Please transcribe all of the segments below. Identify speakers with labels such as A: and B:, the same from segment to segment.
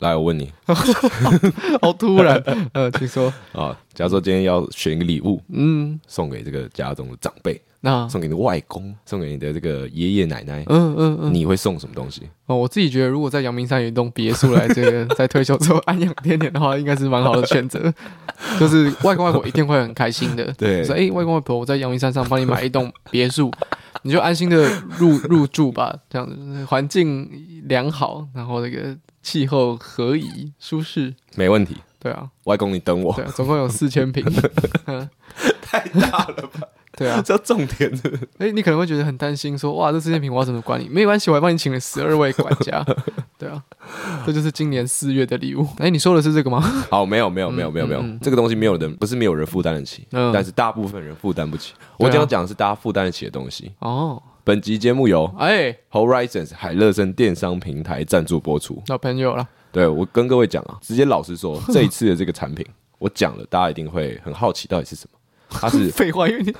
A: 来，我问你
B: 好突然，呃，请说，
A: 啊，假如说今天要选一个礼物
B: 嗯，
A: 送给这个家中的长辈，
B: 那，
A: 送给你的外公，送给你的这个爷爷奶奶，
B: 嗯嗯嗯，
A: 你会送什么东西？
B: 哦，我自己觉得，如果在阳明山有一栋别墅来这个，在退休之后安养天年的话，应该是蛮好的选择。就是外公外婆一定会很开心的，
A: 对
B: 说哎、诶外公外婆，我在阳明山上帮你买一栋别墅， 你就安心的入入住吧，这样子环境良好，然后这个气候合宜舒适，
A: 没问题，
B: 对啊，
A: 外公你等我，
B: 对啊，总共有四千平，嗯，
A: 太大了吧？
B: 对啊，
A: 这重点是不是
B: 哎、你可能会觉得很担心说哇，这四千平我要怎么管理？没关系，我还帮你请了十二位管家，对啊，这就是今年四月的礼物。哎、你说的是这个吗？
A: 好，没有没有没有没有没
B: 嗯
A: 有
B: 嗯，
A: 这个东西没有人不是没有人负担得起，
B: 嗯啊
A: 但是大部分人负担不起。我今天要讲的是大家负担得起的东西。
B: 哦，
A: 本集节目由
B: 哎，
A: Horizons 海乐森电商平台赞助播出。
B: 老朋友了，
A: 对我跟各位讲啊，直接老实说，这一次的这个产品，我讲了，大家一定会很好奇到底是什么。它是
B: 废话，因为你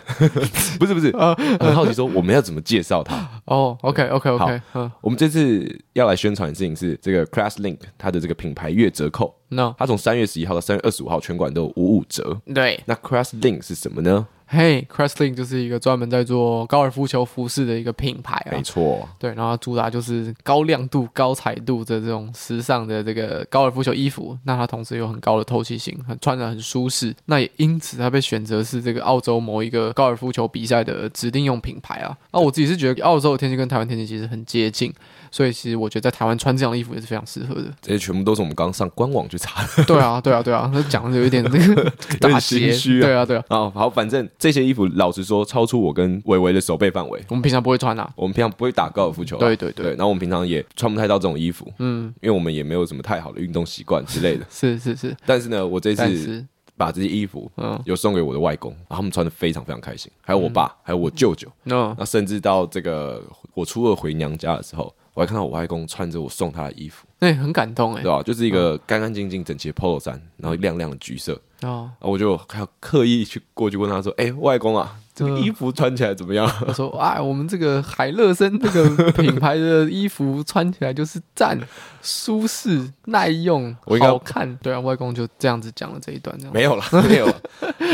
A: 不是不是很好奇说我们要怎么介绍它？
B: 哦，OK OK
A: 好
B: OK，嗯，
A: 我们这次要来宣传的事情是这个 Class Link 它的这个品牌月折扣，
B: 那
A: 它从三月十一号到三月二十五号全馆都有五五折。
B: 对，
A: 那 Class Link 是什么呢？
B: 嘿，Crestling 就是一个专门在做高尔夫球服饰的一个品牌啊
A: 没。错，
B: 对，然后它主打就是高亮度、高彩度的这种时尚的这个高尔夫球衣服，那它同时有很高的透气性，很穿着很舒适。那也因此，它被选择是这个澳洲某一个高尔夫球比赛的指定用品牌啊。那我自己是觉得澳洲的天气跟台湾天气其实很接近，所以其实我觉得在台湾穿这样的衣服也是非常适合的。
A: 这些全部都是我们刚上官网去查的。
B: 对啊，对啊，对啊，他讲的有一点那个打结
A: 心，虚啊
B: 对啊，对啊，
A: 哦，好，反正这些衣服老实说，超出我跟维维的手背范围。
B: 我们平常不会穿啊。
A: 我们平常不会打高尔夫球啊、
B: 对对
A: 对，
B: 对，
A: 然后我们平常也穿不太到这种衣服，
B: 嗯，。
A: 因为我们也没有什么太好的运动习惯之类的
B: 是是是，
A: 但是呢，我这
B: 但
A: 次
B: 是
A: 把这些衣服
B: 嗯，
A: 有送给我的外公，然后他们穿的非常非常开心，还有我爸，还有我舅舅。
B: 那
A: 那甚至到这个我初二回娘家的时候，我还看到我外公穿着我送他的衣服，
B: 那也很感动哎
A: 对。吧？啊就是一个干干净净、整齐的 polo 衫，然后亮亮的橘色。
B: 哦，
A: 然后我就还要刻意去过去问他说：“哎、外公啊，这个
B: 嗯
A: 衣服穿起来怎么样？”
B: 我说啊，我们这个海乐森这个品牌的衣服穿起来就是赞，舒适、耐用、
A: 我应该
B: 好看。对啊，外公就这样子讲了这一段，这样。
A: 没有 啦，没有啦。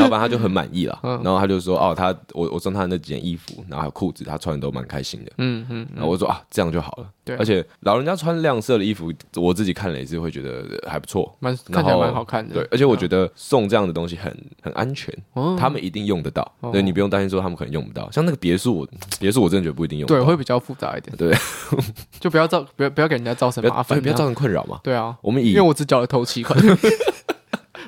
A: 老板他就很满意了，
B: 哦嗯
A: 然后他就说：“哦，他我我送他那几件衣服，然后还有裤子，他穿的都蛮开心的。
B: 嗯嗯”
A: 然后我就说：“啊，这样就好了。”
B: 对
A: 而且老人家穿亮色的衣服，我自己看了也是会觉得呃还不错。
B: 蛮看
A: 然
B: 起
A: 后
B: 来蛮好看的。
A: 对，而且我觉得送这样的东西很很安全，
B: 哦
A: 他们一定用得到，
B: 哦
A: 对你不用担心说他们可能用不到。像那个别墅，我别墅我真的觉得不一定用得
B: 对
A: 到，
B: 会比较复杂一点，
A: 对，
B: 就不要造，不要不要给人家造成
A: 不
B: 麻
A: 要
B: 烦，
A: 对不要造成困扰嘛。
B: 对啊，
A: 我们
B: 因
A: 以
B: 为我只缴了头期款，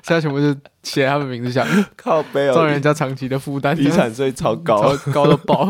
B: 现在全部是写在他们名字下，
A: 靠背哦
B: 造成人家长期的负 担，
A: 遗产税超高，
B: 超高到爆。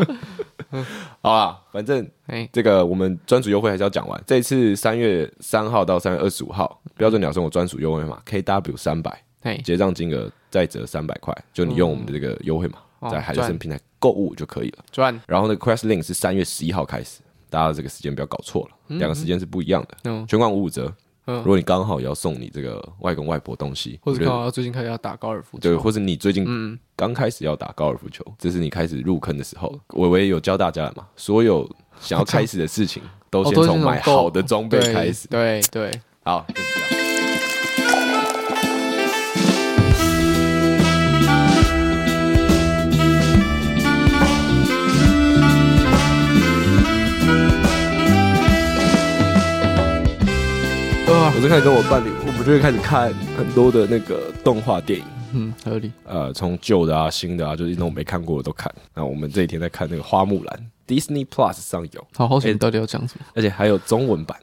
A: 好啦，反正
B: 哎，
A: 这个我们专属优惠还是要讲完。这一次三月三号到三月二十五号，
B: 嗯
A: 标准鸟生活专属优惠码 KW 三百，
B: 哎，
A: 结账金额再折三百块，就你用我们的这个优惠码，
B: 哦
A: 在海德森
B: 赚
A: 平台购物就可以了。
B: 赚，
A: 然后呢，Crash Link 是三月十一号开始，大家这个时间不要搞错了，两个时间是不一样的。
B: 嗯
A: 全馆五五折，如
B: 嗯，
A: 果你刚好也要送你这个外公外婆东西，
B: 或
A: 我
B: 者
A: 觉得
B: 刚好最近开始要打高尔夫
A: 对，
B: 球，
A: 或是你最近
B: 嗯，
A: 刚开始要打高尔夫球，这是你开始入坑的时候。伟伟有教大家了嘛？所有想要开始的事 情，都先
B: 哦都是
A: 从
B: 那种
A: 买好的装备
B: 对
A: 开始。
B: 对对，
A: 好，就是这样。
B: 啊，啊
A: 我最开始跟我伴侣，我们就会开始看很多的那个动画电影，
B: 嗯，合理。
A: 呃，从旧的啊、新的啊，就是那种没看过的都看。那我们这几天在看那个《花木兰》，Disney Plus 上有，
B: 好，后你到底要讲什么？
A: 而且还有中文版。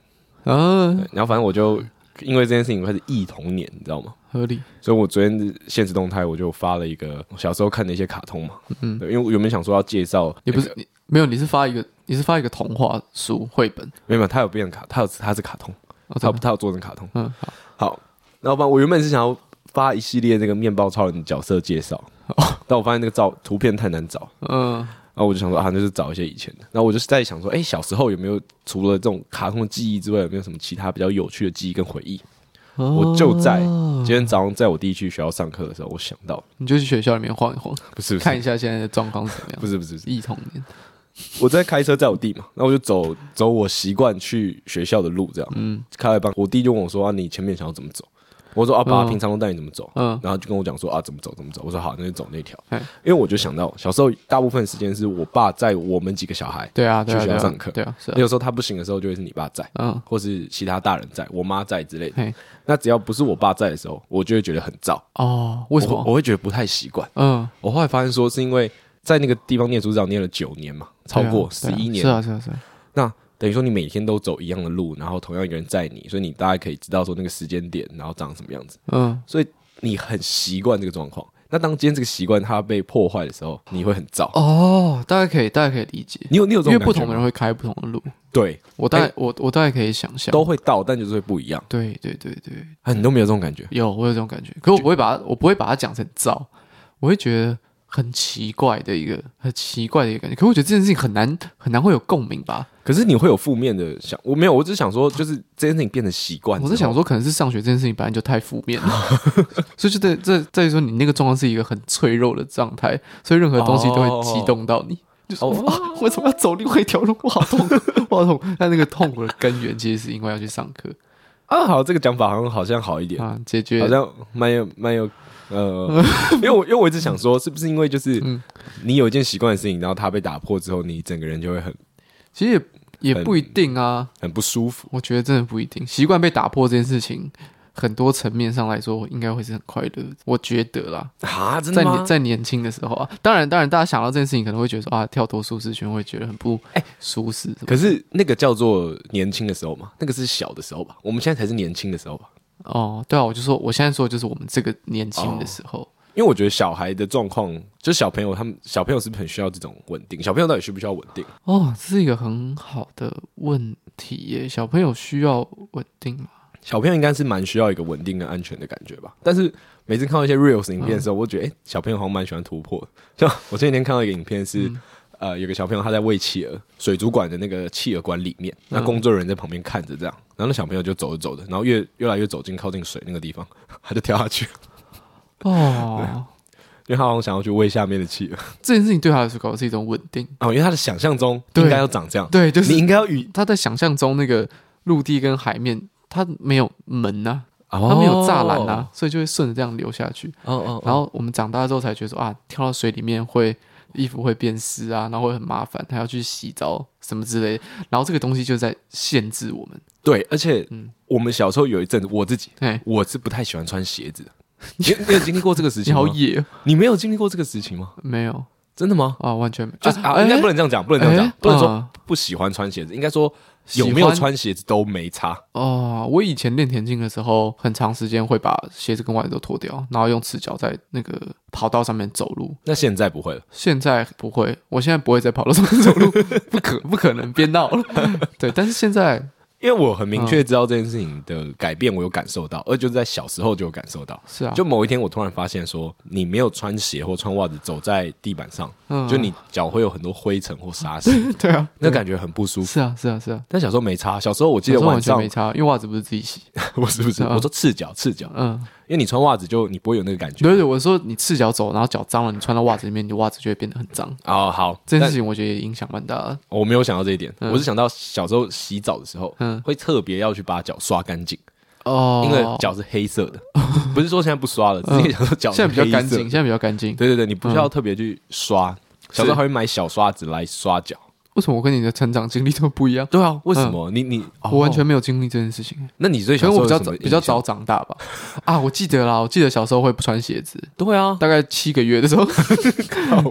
B: 啊，
A: 然后反正我就因为这件事情开始忆童年，你知道吗？
B: 合理。
A: 所以我昨天现实动态我就发了一个小时候看的一些卡通嘛，嗯，
B: 嗯
A: 对，因为我原本想说要介绍那
B: 你
A: 个，
B: 不是你没有，你是发一个，你是发一个童话书绘本。
A: 没有没有，它有变成卡，它有它是卡通，
B: 哦
A: 它
B: 真
A: 有
B: 的
A: 它有做成卡通。
B: 嗯，好，
A: 好，那不然我原本是想要发一系列那个面包超人的角色介绍，但我发现那个照图片太难找，
B: 嗯，
A: 然后我就想说啊，那就是找一些以前的。那我就是在想说，哎、小时候有没有除了这种卡通的记忆之外，有没有什么其他比较有趣的记忆跟回忆？我就在
B: 哦
A: 今天早上在我弟去学校上课的时候，我想到，
B: 你就去学校里面晃一晃，
A: 不是不
B: 看
A: 是
B: 一下现在的状况是怎么样
A: 不。是不是不是
B: 忆童年，
A: 我在开车载我弟嘛，那我就走走我习惯去学校的路，这样，嗯，开到一半，我弟就问我说啊，你前面想要怎么走？我说啊，爸，
B: 嗯
A: 平常都带你怎么走？
B: 嗯
A: 然后就跟我讲说啊，怎么走怎么走。我说好，那就走那条
B: 嘿。
A: 因为我就想到小时候大部分时间是我爸载我们几个小孩，
B: 对啊，对啊，
A: 去学
B: 对
A: 校
B: 啊，
A: 上课
B: 对啊，是啊，
A: 有时候他不行的时候就会是你爸载，
B: 嗯，
A: 或是其他大人载，我妈载之类的。
B: 嘿，
A: 那只要不是我爸在的时候，我就会觉得很燥，
B: 哦，为什
A: 我
B: 么？
A: 会我会觉得不太习惯。
B: 嗯，
A: 我后来发现说，是因为在那个地方念书至少念了九年嘛，超过十
B: 对啊
A: 一年，
B: 是啊，是啊，是啊，
A: 那等于说你每天都走一样的路，然后同样一个人载你，所以你大概可以知道说那个时间点，然后长什么样子，
B: 嗯，
A: 所以你很习惯这个状况。那当今天这个习惯它被破坏的时候，你会很燥。
B: 哦，大概可以，大概可以理解，
A: 你有你有这
B: 因
A: 种感觉
B: 为不同的
A: 吗
B: 人会开不同的路，
A: 对
B: 我大概我我大概可以想象，
A: 都会到，但就是会不一样。
B: 对对对对，
A: 啊，你都没有这种感觉，
B: 有我有这种感觉，可我不会把它，我不会把它讲成燥，我会觉得很奇怪的一个很奇怪的一个感觉，可我觉得这件事情很难很难会有共鸣吧，
A: 可是你会有负面的想，我没有，我只是想说，就是这件事情变成习惯。
B: 我在想，说，可能是上学这件事情本来就太负面 了，所以就在这在于说你那个状况是一个很脆弱的状态，所以任何东西都会激动到你。就是
A: 哦
B: 啊，为什么要走另外一条路？我好痛，我好痛！但那个痛苦的根源其实是因为要去上课
A: 啊，好，这个讲法好像好像好一点，
B: 啊，解决
A: 好像蛮有蛮有 呃，因为我因为我一直想说，是不是因为就是
B: 嗯
A: 你有一件习惯的事情，然后它被打破之后，你整个人就会很
B: 其实也也不一定啊，
A: 很不舒服。
B: 我觉得真的不一定。习惯被打破这件事情，很多层面上来说，应该会是很快乐的，我觉得啦。
A: 啊，真
B: 在
A: 的
B: 年
A: 吗？
B: 在年轻的时候啊，当然当然，大家想到这件事情可能会觉得说啊，跳脱舒适圈会觉得很不
A: 哎
B: 舒适。
A: 可是那个叫做年轻的时候嘛，那个是小的时候吧，我们现在才是年轻的时候吧。
B: 哦，对啊，我就说我现在说的就是我们这个年轻的时候，
A: 因为我觉得小孩的状况，就是小朋友他们小朋友是不是很需要这种稳定？小朋友到底需不需要稳定？
B: 哦这是一个很好的问题耶。小朋友需要稳定吗？
A: 小朋友应该是蛮需要一个稳定跟安全的感觉吧。但是每次看到一些 reels 影片
B: 嗯
A: 的时候，我觉得哎、诶小朋友好像蛮喜欢突破的。 像我前几天看到一个影片是，
B: 嗯
A: 呃，有个小朋友他在喂企鹅，水族馆的那个企鹅馆里面，
B: 嗯
A: 那工作人员在旁边看着这样，然后那小朋友就走着走着，然后越越来越走近靠近水那个地方， 他就跳下去了，
B: 哦，
A: 因为他好像想要去喂下面的企鹅
B: 这件事情对他来说搞的是一种稳定，
A: 哦，因为他的想象中
B: 对
A: 应该要长这样，
B: 对，就
A: 你
B: 是
A: 应该要与
B: 他在想象中那个陆地跟海面，它没有门啊呐、
A: 他
B: 它没有栅栏呐、，所以就会顺着这样流下去。
A: 哦哦，
B: 然后我们长大之后才觉得说啊，跳到水里面会衣服会变湿啊，然后会很麻烦，还要去洗澡什么之类的。然后这个东西就在限制我们。
A: 对，而且
B: 嗯
A: 我们小时候有一阵子我自己。
B: 哎，
A: 我是不太喜欢穿鞋子的。 你你有经历过这个时期
B: 你
A: 吗
B: 好？野哦，
A: 你没有经历过这个时期吗？
B: 没有
A: 真的吗？
B: 啊，完全没有，
A: 就是哦啊，应该不能这样讲，不能这样讲
B: 哎，
A: 不能说
B: 啊
A: 不喜欢穿鞋子，应该说有没有
B: 喜欢
A: 穿鞋子都没差。
B: 哦。我以前练田径的时候，很长时间会把鞋子跟袜子都脱掉，然后用赤脚在那个跑道上面走路。
A: 那现在不会了，
B: 现在不会，我现在不会在跑道上面走路，不可不可能，别闹了。对，但是现在
A: 因为我很明确知道这件事情的改变，我有感受到，而就是在小时候就有感受到。
B: 是啊，
A: 就某一天，我突然发现说，你没有穿鞋或穿袜子走在地板上，
B: 嗯
A: 就你脚会有很多灰尘或沙 石，
B: 对啊，
A: 那感觉很不舒服。
B: 是啊是啊是啊，
A: 但小时候没差，小时候我记得
B: 有时候
A: 晚
B: 完全
A: 上
B: 没，差，因为袜子不是自己洗。
A: 我是不是
B: 啊
A: 我说赤脚赤脚，
B: 嗯，
A: 因为你穿袜子就你不会有那个感觉。
B: 对对，我说你赤脚走，然后脚脏了，你穿到袜子里面，你袜子就会变得很脏。
A: 哦，好，
B: 这件
A: 但
B: 事情我觉得也影响蛮大的。
A: 我没有想到这一点，
B: 嗯
A: 我是想到小时候洗澡的时候，
B: 嗯
A: 会特别要去把脚刷干净，
B: 哦，
A: 因为脚是黑色的，不是说现在不刷了，
B: 嗯
A: 之前想说脚
B: 现
A: 是
B: 在比较
A: 黑色
B: 干净，现，嗯在比较干净。
A: 对对对，你不需要特别去刷。小时候还会买小刷子来刷脚，
B: 为什么我跟你的成长经历都不一样？嗯
A: 对啊，为什么？你你
B: 我完，全
A: 哦
B: 没有经历这件事情，
A: 那你最
B: 可
A: 小
B: 能
A: 时
B: 我
A: 候
B: 比
A: 有
B: 较
A: 什
B: 早
A: 么
B: 比较
A: 印象
B: 早，长大吧。啊，我记得啦，我记得小时候会不穿鞋子，
A: 对啊，
B: 大概七个月的时候，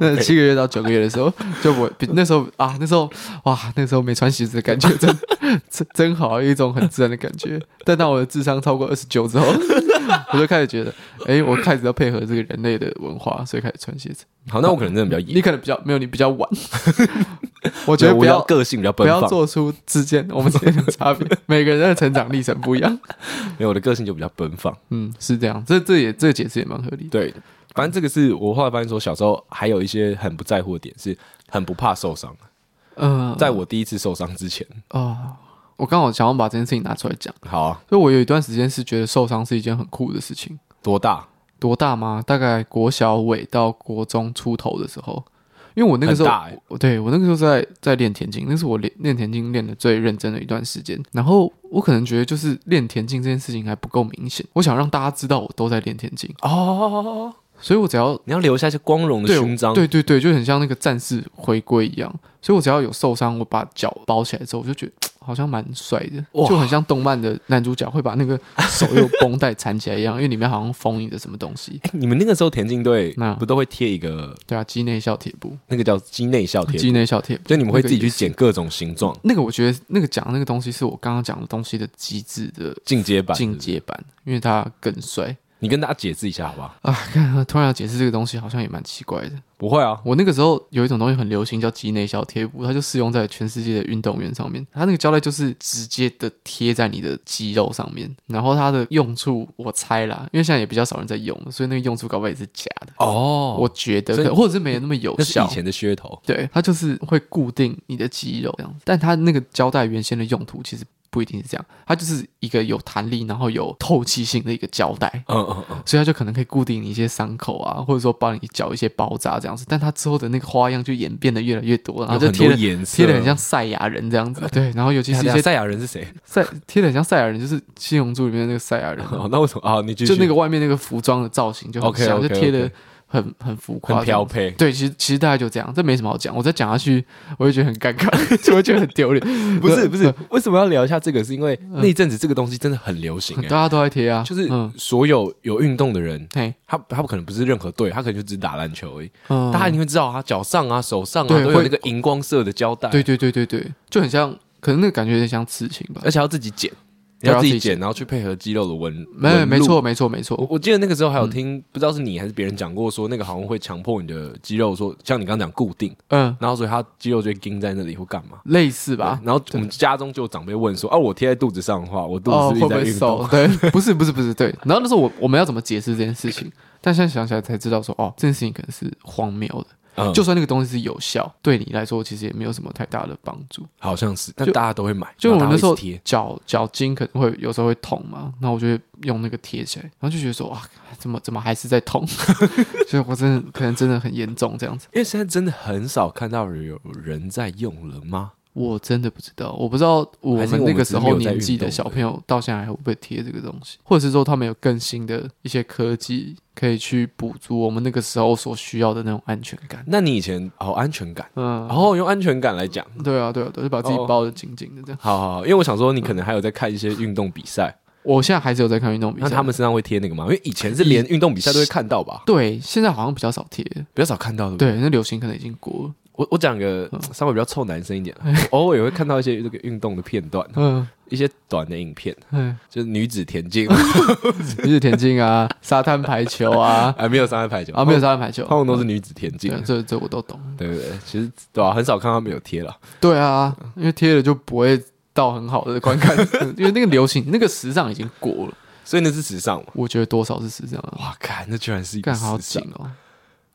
B: 那七个月到九个月的时候，就我比那时候啊，那时候哇，那时候没穿鞋子的感觉真真真好，啊有一种很自然的感觉。但当我的智商超过二十九之后， 我就开始觉得，哎、我开始要配合这个人类的文化，所以开始穿鞋子。
A: 好，那我可能真的比较
B: 你
A: 野，
B: 可能比较没有，你比较晚。 我觉得
A: 对
B: 不
A: 我
B: 要
A: 个性比较
B: 不
A: 奔
B: 要
A: 放，
B: 做出之间我们之间的差别，每个人的成长历程不一样。
A: 没有我的个性就比较奔放。
B: 嗯，是这样，这这也这解释也蛮合理的。
A: 对，反正这个是我后来发现说，小时候还有一些很不在乎的点，是很不怕受伤。
B: 嗯、
A: 在我第一次受伤之前，
B: 哦，我刚好想要把这件事情拿出来讲，
A: 好啊，
B: 所以我有一段时间是觉得受伤是一件很酷的事情。
A: 多大？
B: 多大吗？大概国小尾到国中出头的时候，因为我那个时候
A: 很大欸，
B: 我对我那个时候在在练田径，那是我练练田径练的最认真的一段时间。然后我可能觉得就是练田径这件事情还不够明显，我想让大家知道我都在练田径，
A: 哦，
B: 所以我只要
A: 你要留下一些光荣的
B: 对
A: 勋章，
B: 对对对，就很像那个战士回归一样。所以我只要有受伤，我把脚包起来之后，我就觉得好像蛮帅的，
A: 哇
B: 就很像动漫的男主角会把那个手用绷带缠起来一样，因 为里面好像封印着什么东西。
A: 哎你们那个时候田径队
B: 那
A: 不都会贴一个
B: 对啊，肌内效贴布，
A: 那个叫肌内效贴
B: 肌嗯
A: 布，
B: 内效贴布，
A: 就你们会自己
B: 那个也
A: 去
B: 是
A: 剪各种形状，
B: 那个我觉得那个讲的那个东西是我刚刚讲的东西的极致的
A: 进阶版。
B: 进阶版，因为它更帅
A: 你跟大家解释一下好不好？
B: 啊！看，突然要解释这个东西，好像也蛮奇怪的。
A: 不会啊，
B: 我那个时候有一种东西很流行，叫肌内效贴布，它就适用在全世界的运动员上面。它那个胶带就是直接的贴在你的肌肉上面，然后它的用处我猜啦，因为现在也比较少人在用了，所以那个用处搞不好也是假的。
A: 哦
B: 我觉得
A: 所以
B: 可，或者是没有那么有
A: 那是
B: 效
A: 以。前的噱头。
B: 对，它就是会固定你的肌肉这样。但它那个胶带原先的用途其实不一定是这样，它就是一个有弹力，然后有透气性的一个胶带。
A: 嗯嗯嗯，
B: 所以它就可能可以固定你一些伤口啊，或者说帮你搅一些包扎这样子，但它之后的那个花样就演变得越来越多，然后
A: 有
B: 啊就
A: 很
B: 贴
A: 多
B: 了
A: 颜色，
B: 贴的很像赛亚人这样子，对，然后尤其
A: 等一下。
B: 是
A: 等
B: 一
A: 一下
B: 些
A: 赛亚人是谁？
B: 赛贴的很像赛亚 人，就是《七龙珠》里面的那个赛亚人，
A: 哦，那为什么啊？你继续
B: 就那个外面那个服装的造型就很
A: OK，
B: 像，就
A: OK，
B: 贴的
A: OK
B: 很很浮夸，
A: 很漂 配，
B: 对，其实其实大概就这样，这没什么好讲。我再讲下去，我会觉得很尴尬， 就会觉得很丢脸。呃
A: 不是不是， 为什么要聊一下这个？是因为那一阵子这个东西真的很流行、
B: 嗯
A: 欸，
B: 大家都在贴啊，
A: 就是
B: 嗯，
A: 所有有运动的人，
B: 嘿，
A: 他他可能不是任何队，他可能就只是打篮球而已。
B: 嗯，
A: 大家一定会知道，他脚上啊、手上啊
B: 对
A: 都有
B: 会
A: 那个荧光色的胶带，
B: 对，对对对对，就很像，可能那个感觉有点像刺青吧。
A: 而且要自己剪，你
B: 对
A: 要自
B: 要自
A: 己
B: 己
A: 剪，然后去配合肌肉的纹，
B: 没
A: 纹
B: 没
A: 路。哦
B: 错嗯没错没
A: 我
B: 错，
A: 我记得那个时候还有听，不知道是你还是别人讲过，说那个好像会强迫你的肌肉说，像你刚刚讲固定，
B: 嗯，
A: 然后所以他肌肉就会钉在那里或干嘛。
B: 类似
A: 对吧
B: 吧？。
A: 然后我们家中就有长辈问说：“哦，我贴在肚子上的话，我肚
B: 哦，
A: 子是
B: 会
A: 不
B: 不
A: 是在
B: 会
A: 运动
B: 瘦？？对，不是不是不是对。然后那时候我我们要怎么解释这件事情？但现在想起来才知道说，哦，这件事情可能是荒谬的。
A: 嗯
B: 就算那个东西是有效，对你来说其实也没有什么太大的帮助。
A: 好像是，但
B: 就
A: 大家都会买，
B: 就
A: 然
B: 我
A: 后
B: 那时候
A: 大家会一直贴，
B: 脚脚筋可能会有时候会痛嘛，那我就会用那个贴起来，然后就觉得说哇，怎么怎么还是在痛， 所以我真的可能真的很严重这样子，
A: 因为现在真的很少看到有人在用了吗？
B: 我真的不知道，我不知道我
A: 还是
B: 们
A: 我们
B: 那个时
A: 只是没
B: 候
A: 有在
B: 年纪
A: 运动
B: 的小朋友到现在还会不会贴这个东西，或者是说他们有更新的一些科技可以去补足我们那个时候所需要的那种安全感，
A: 那你以前好、哦、安全感，
B: 嗯，
A: 然、后用安全感来讲，
B: 对啊对啊，对啊，就把自己
A: 哦
B: 包的紧紧的这样。
A: 好好好，因为我想说你可能还有在看一些运动比赛，
B: 我现在还是有在看运动比
A: 那
B: 赛，
A: 他们身上会贴那个吗？因为以前是连运动比赛都会看到吧，
B: 对现在好像比较少贴，
A: 比较少看到的。，
B: 对，嗯那流行可能已经过了，
A: 我我讲个稍微比较臭男生一 点，我偶尔也会看到一些这个运动的片段，
B: 嗯。
A: 一些短的影片，
B: 嗯，
A: 就是女子田径
B: 女子田径啊，沙滩排球 啊，
A: 啊，没有伤害排球
B: 啊没有沙滩排球，
A: 通常都是女子田径
B: 对，，这这我都懂。
A: 对对对，其实对啊吧、很少看到没有贴了。
B: 对啊，因为贴了就不会到很好的观看， 因为那个流行、那个时尚已经过了，
A: 所以那是时尚嘛？
B: 我觉得多少是时尚啊，
A: 哇，看那居然是一个
B: 干
A: 时
B: 好紧
A: 尚，
B: 哦。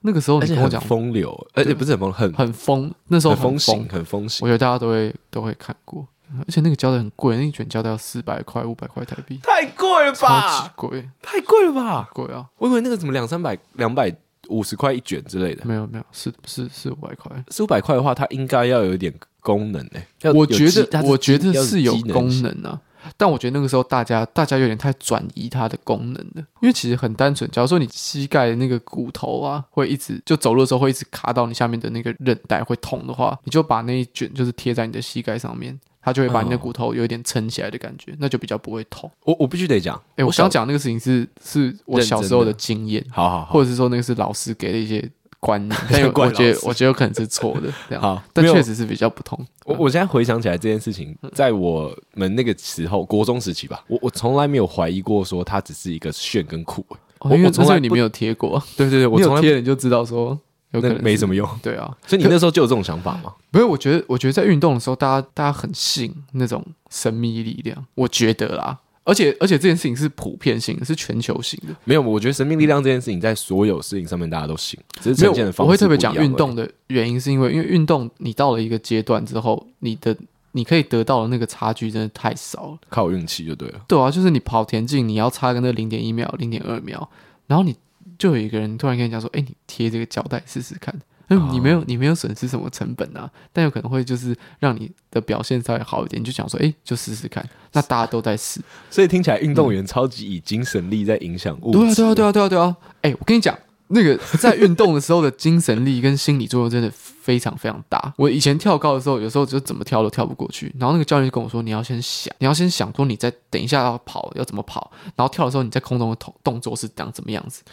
B: 那个时候
A: 而
B: 你
A: 且
B: 跟我
A: 很
B: 讲
A: 风流，而且不是很风，很
B: 很疯，那时候
A: 很
B: 很
A: 风
B: 疯
A: 行，，很风行。
B: 我觉得大家都会都会看过，而且那个胶带很贵，那一卷胶带要四百块、五百块台币，
A: 太贵了
B: 超级？贵，
A: 太贵了吧？
B: 贵啊！
A: 我以为那个什么两三百、两百五十块一卷之类的，
B: 没有没有，是是是五百块，
A: 四五百块的话，它应该要有一点功能诶、要
B: 我
A: 有
B: 觉
A: 机它
B: 得，我觉得是有
A: 机能
B: 功
A: 性
B: 能啊，但我觉得那个时候大家大家有点太转移它的功能了，因为其实很单纯。假如说你膝盖的那个骨头啊，会一直就走路的时候会一直卡到你下面的那个韧带会痛的话，你就把那一卷就是贴在你的膝盖上面，它就会把你的
A: 哦
B: 骨头有一点撑起来的感觉，那就比较不会痛。
A: 我我必须得讲，
B: 哎、我
A: 小
B: 刚讲那个事情是是我
A: 认
B: 小
A: 真
B: 时候
A: 的
B: 的经验，
A: 好好好
B: 或者是说那个是老师给的一些观 念，但有
A: 怪
B: 我觉
A: 老
B: 得
A: 师
B: 我觉得有可能是错的，这样。
A: 好，
B: 但
A: 没有
B: 确实嗯是比较不痛。
A: 我我现在回想起来这件事情，在我们那个时候，国中时期吧，我我从来没有怀疑过说它只是一个炫跟酷、
B: 哦
A: 我
B: 因
A: 我
B: 为
A: 从
B: 那时候
A: 来
B: 你
A: 不
B: 没有贴过，
A: 对对对，我
B: 你
A: 从
B: 有
A: 来
B: 贴了你就知道说有可
A: 那
B: 能
A: 没
B: 么。
A: 什么 用，
B: 对啊，
A: 所以你那时候就有这种想法吗？
B: 没有，我觉得，我觉得在运动的时候，大家大家很信那种神秘力量，我觉得啦。而且而且这件事情是普遍性的，是全球性的。
A: 没有，我觉得生命力量这件事情在所有事情上面大家都行，只是
B: 没
A: 呈
B: 有
A: 现的，方式
B: 我会特别
A: 不一样
B: 讲
A: 而已
B: 运动的原因，是因为因为运动你到了一个阶段之后，你的你可以得到的那个差距真的太少了。
A: 靠运气就对了。
B: 对啊，就是你跑田径，你要差个那零点一秒、零点二秒，然后你就有一个人突然跟你讲说：“哎、你贴这个胶带试试看。”那那你没有你没有损失什么成本啊，但有可能会就是让你的表现稍微好一点，你就想说，哎、就试试看。那大家都在试，
A: 所以听起来运动员超级以精神力在影响物质。
B: 对啊，对
A: 啊，
B: 啊，对啊，对啊，对啊。哎、我跟你讲，那个在运动的时候的精神力跟心理作用真的非常非常大。我以前跳高的时候，有时候就怎么跳都跳不过去，然后那个教练就跟我说，你要先想，你要先想说你在等一下要跑要怎么跑，然后跳的时候你在空中的动动作是长怎么样子。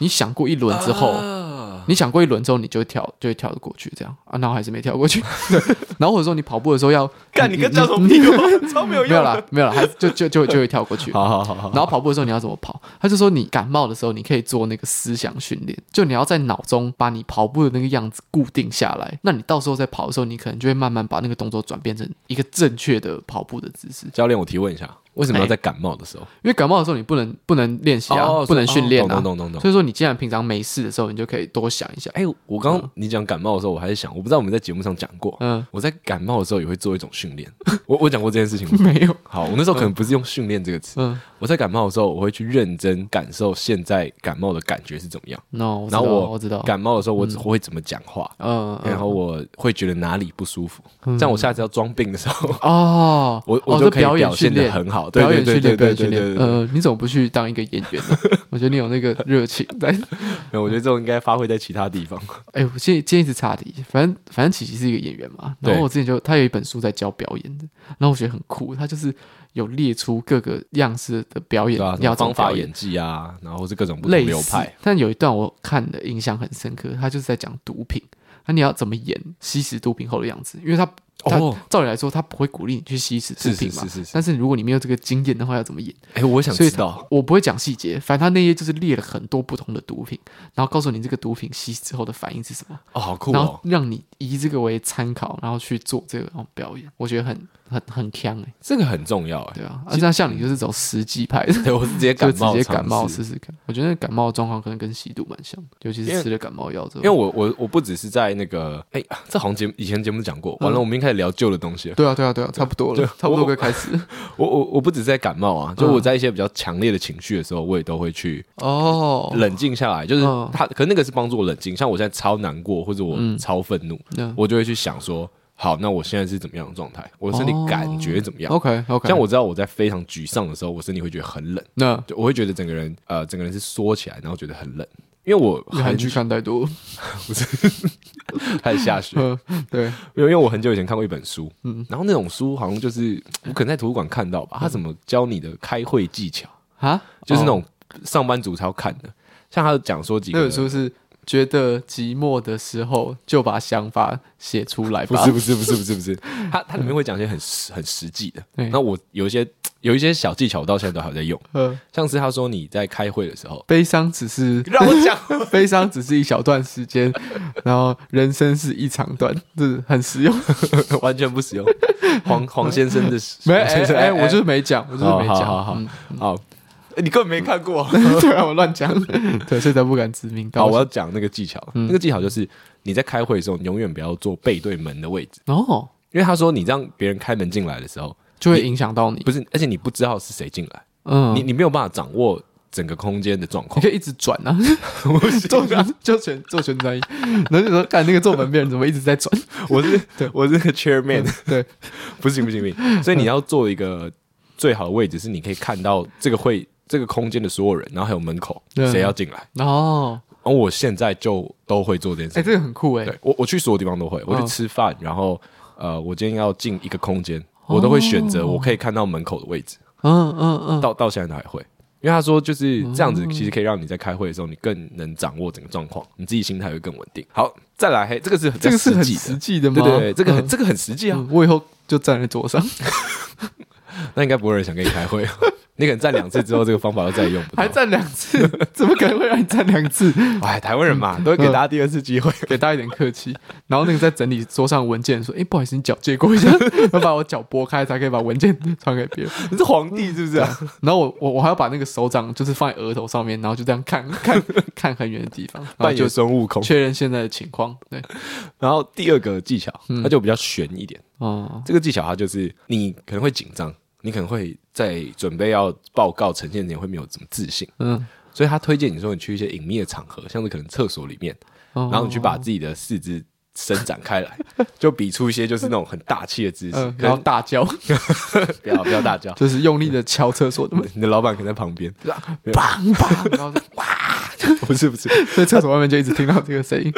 B: 你想过一轮之后。
A: 啊
B: 你想过一轮之后，你就会跳，就会跳得过去，这样啊，然后还是没跳过去。 对，然后或者说你跑步的时候要
A: 干你跟教头屁股 超没有
B: 没有
A: 用
B: 啦
A: 的。，
B: 没有啦，还是就就就就会跳过去。
A: 好好好好，
B: 然后跑步的时候你要怎么跑？他就说你感冒的时候你可以做那个思想训练，就你要在脑中把你跑步的那个样子固定下来。那你到时候在跑的时候，你可能就会慢慢把那个动作转变成一个正确的跑步的姿势。
A: 教练，我提问一下，为什么要在感冒的时候？
B: 因为感冒的时候你不能不能练习啊，
A: 哎哦
B: 不能训练啊。
A: 懂懂懂懂懂
B: 所以说你既然平常没事的时候，你就可以多想一下。
A: 哎、我刚刚你讲感冒的时候，我还在想，我不知道我们在节目上讲过，
B: 嗯，
A: 我在感冒的时候也会做一种训 练。我我讲过这件事情吗
B: 没有，
A: 好，我那时候可能不是用训练这个词，
B: 嗯
A: 我在感冒的时候，我会去认真感受现在感冒的感觉是怎么样。
B: ，no，我知
A: 然
B: 道，
A: 后
B: 我
A: 我
B: 知道，
A: 感冒的时候，我只会怎么讲话，
B: 嗯，嗯
A: 然后我会觉得哪里不舒服。这样我下次要装病的时候，
B: 哦，
A: 我
B: 哦
A: 我
B: 这
A: 就可以
B: 表演
A: 表
B: 训
A: 现
B: 练
A: 得很好对
B: 表演
A: 对
B: 训
A: 对对
B: 练，表演
A: 对
B: 训
A: 对
B: 练。
A: 对对
B: 呃，你怎么不去当一个演员呢？ 我觉得你有那个 热情在。
A: 没有我觉得这种应该发挥在其他地方。
B: 哎、我建议建议是差题，反正反正琪琪是一个演员嘛，然后
A: 对
B: 我之前就他有一本书在教表演的，然后我觉得很酷，他就是有列出各个样式的表演、
A: 对啊，什
B: 要
A: 么
B: 怎么
A: 方法
B: 表演
A: 演技啊，然后是各种不
B: 类
A: 同
B: 似
A: 流派。
B: 但有一段我看的印象很深刻，他就是在讲毒品，那你要怎么演吸食毒品后的样子？因为他他、
A: 哦
B: 照理来说他不会鼓励你去吸食毒
A: 是
B: 品
A: 是
B: 嘛，
A: 是是是。
B: 但是如果你没有这个经验的话，要怎么演？
A: 哎、我想
B: 所以
A: 知
B: 他
A: 道，
B: 我不会讲细节，反正他那页就是列了很多不同的毒品，然后告诉你这个毒品吸之后的反应是什么。
A: 哦，好酷
B: 然后
A: 哦！
B: 让你以这个为参考，然后去做这个哦表演，我觉得很很很强哎、
A: 这个很重要哎、
B: 对啊，啊，像像你就是走实际派 的，
A: 对，我是直接
B: 就
A: 感
B: 直
A: 冒，
B: 接感冒。试试看。我觉得感冒的状况可能跟吸毒蛮像，尤其
A: 因
B: 是
A: 为
B: 吃了感冒药之
A: 因
B: 后。
A: 为我我我不只是在那个，哎、这好像节目以前节目讲
B: 嗯
A: 过，完了我们已经开始聊旧的东西了。
B: 对啊对啊对啊，差不多了，差不
A: 我
B: 多该开始
A: 我我我不只是在感冒啊，就
B: 嗯
A: 我在一些比较强烈的情绪的时候，我也都会去
B: 哦。
A: 冷静下来。就是
B: 嗯
A: 他，可能那个是帮助我冷静。像我现在超难过，或者我超愤怒，
B: 那
A: 我就会去想说，好，那我现在是怎么样的状态？我身体
B: 哦
A: 感觉怎么样？
B: OK OK，
A: 像我知道我在非常沮丧的时候，我身体会觉得很冷，
B: 那
A: 就我会觉得整个人呃整个人是缩起来，然后觉得很冷，因为我
B: 你韩
A: 很
B: 剧看太多，
A: 开始下雪，
B: 嗯， 对，
A: 因为因为我很久以前看过一本书，嗯，然后那种书好像就是我可能在图书馆看到吧，他怎么教你的开会技巧，
B: 啊，
A: 就是那
B: 嗯哦
A: 种上班族才要看的。像他讲说几
B: 那
A: 个
B: 本书是觉得寂寞的时候就把想法写出来
A: 不
B: 吧
A: 是，不是不是 不是不是，嗯他他里面会讲一些很实很实际的。
B: 对
A: 那我有一些有一些小技巧，我到现在都还有在用。
B: 呃，
A: 像是他说你在开会的时候，
B: 悲伤只是
A: 让我讲，
B: 悲伤只是一小段时间，然后人生是一长段，这很实用。
A: 完全不实用。黄黄先生的
B: 没，
A: 黄
B: 哎、
A: 先生
B: 哎，我就是没讲，我就是
A: 好
B: 没
A: 好
B: 讲。
A: 好好
B: 嗯
A: 好， 你根本没看 过。
B: 对啊，我乱讲， 对，所以才不敢指名
A: 好，
B: 道
A: 我
B: 姓。
A: 要讲那个技巧。那个技巧就是你在开会的时候，你永远不要坐背对门的位置，
B: 哦，
A: 因为他说你让别人开门进来的时候，
B: 就会影响到你。
A: 不是，而且你不知道是谁进来，
B: 嗯，
A: 你
B: 你
A: 你没有办法掌握整个空间的状况
B: 可。以一直转啊， 做
A: 啊
B: 旋就旋做旋转椅， 然后就说看那个坐门边人怎么一直在转。
A: 我是我是个 chairman，
B: 嗯对，
A: 不行不行不行，所以你要做一个最好的位置，是你可以看到这个会这个空间的所有人，然后还有门口
B: 嗯
A: 谁要进来。
B: 哦，
A: 然后我现在就都会做这件
B: 哎、
A: 事。
B: 这个很酷哎、
A: 对我我去所有地方都会，我去
B: 嗯
A: 吃饭，然后呃，我今天要进一个空间，我都会选择我可以看到门口的位置。
B: 嗯嗯嗯，
A: 到到现在都还会，因为他说就是这样子，
B: 哦
A: 其实可以让你在开会的时候，你更能掌握整个状况，你自己心态会更稳定。好，再来，嘿，这个是
B: 这个是很
A: 比较
B: 实
A: 实际
B: 际的
A: 的，
B: 吗？
A: 对对对，这个很
B: 嗯
A: 这个很实际啊。
B: 嗯我以后就站在桌 上，
A: 那应该不会有人想跟你开会， 你可能站两次之后，这个方法又再也用不到
B: 还。站两次， 怎么可能会让你站两次？
A: 哎，台湾人嘛，都会给大家第二次机会。
B: 给大家一点客气。然后那个在整理桌上文件说：“哎、不好意思，你脚借过一下，要把我脚拨开才可以把文件传给别人。
A: 你是皇帝是不 是啊？”
B: 然后我我我还要把那个手掌就是放在额头上面，然后就这样看看看很远的地 方，然后
A: 扮
B: 就
A: 演孙悟空。
B: 确认现在的情况。对，
A: 然后第二个技巧，它就比较悬一点。
B: 哦，
A: 这个技巧它就是你可能会紧张，你可能会在准备要报告呈现前会没有怎么自信，
B: 嗯，
A: 所以他推荐你说你去一些隐秘的场合，像是可能厕所里面，
B: 然
A: 然后你去把自己的四肢伸展开 来，就比出一些就是那种很大气的姿势
B: 嗯，，
A: 可
B: 然后
A: 能
B: 大叫，
A: 不要不要大叫，
B: 就是用力的敲厕所的门，
A: 你的老板可能在旁边，
B: 啊 砰砰，然后就哇，
A: 不是不 是，
B: 在厕所外面就一直听到这个声音，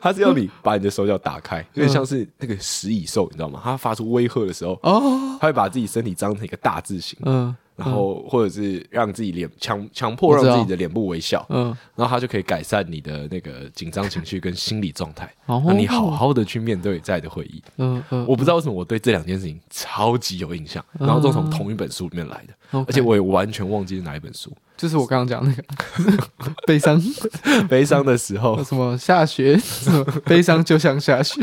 A: 他是要你把你的手脚打开，有
B: 嗯
A: 点像是那个食蚁兽，你知道吗？它发出威吓的时候，
B: 哦，
A: 它会把自己身体张成一个大字形，
B: 嗯
A: 然后或者是让自己脸强强迫
B: 我知道
A: 让自己的脸部微笑，
B: 嗯，
A: 然后它就可以改善你的那个紧张情绪跟心理状态，
B: 哦
A: 让你好好的去面对在的会议。
B: 嗯嗯，
A: 我不知道为什么我对这两件事情超级有印象，然后都从同一本书里面来的，
B: 嗯 OK
A: 而且我也完全忘记是哪一本书。
B: 就是我刚刚讲那个 悲伤，
A: 悲伤的时候，
B: 什么下雪， 什么悲伤就像下雪，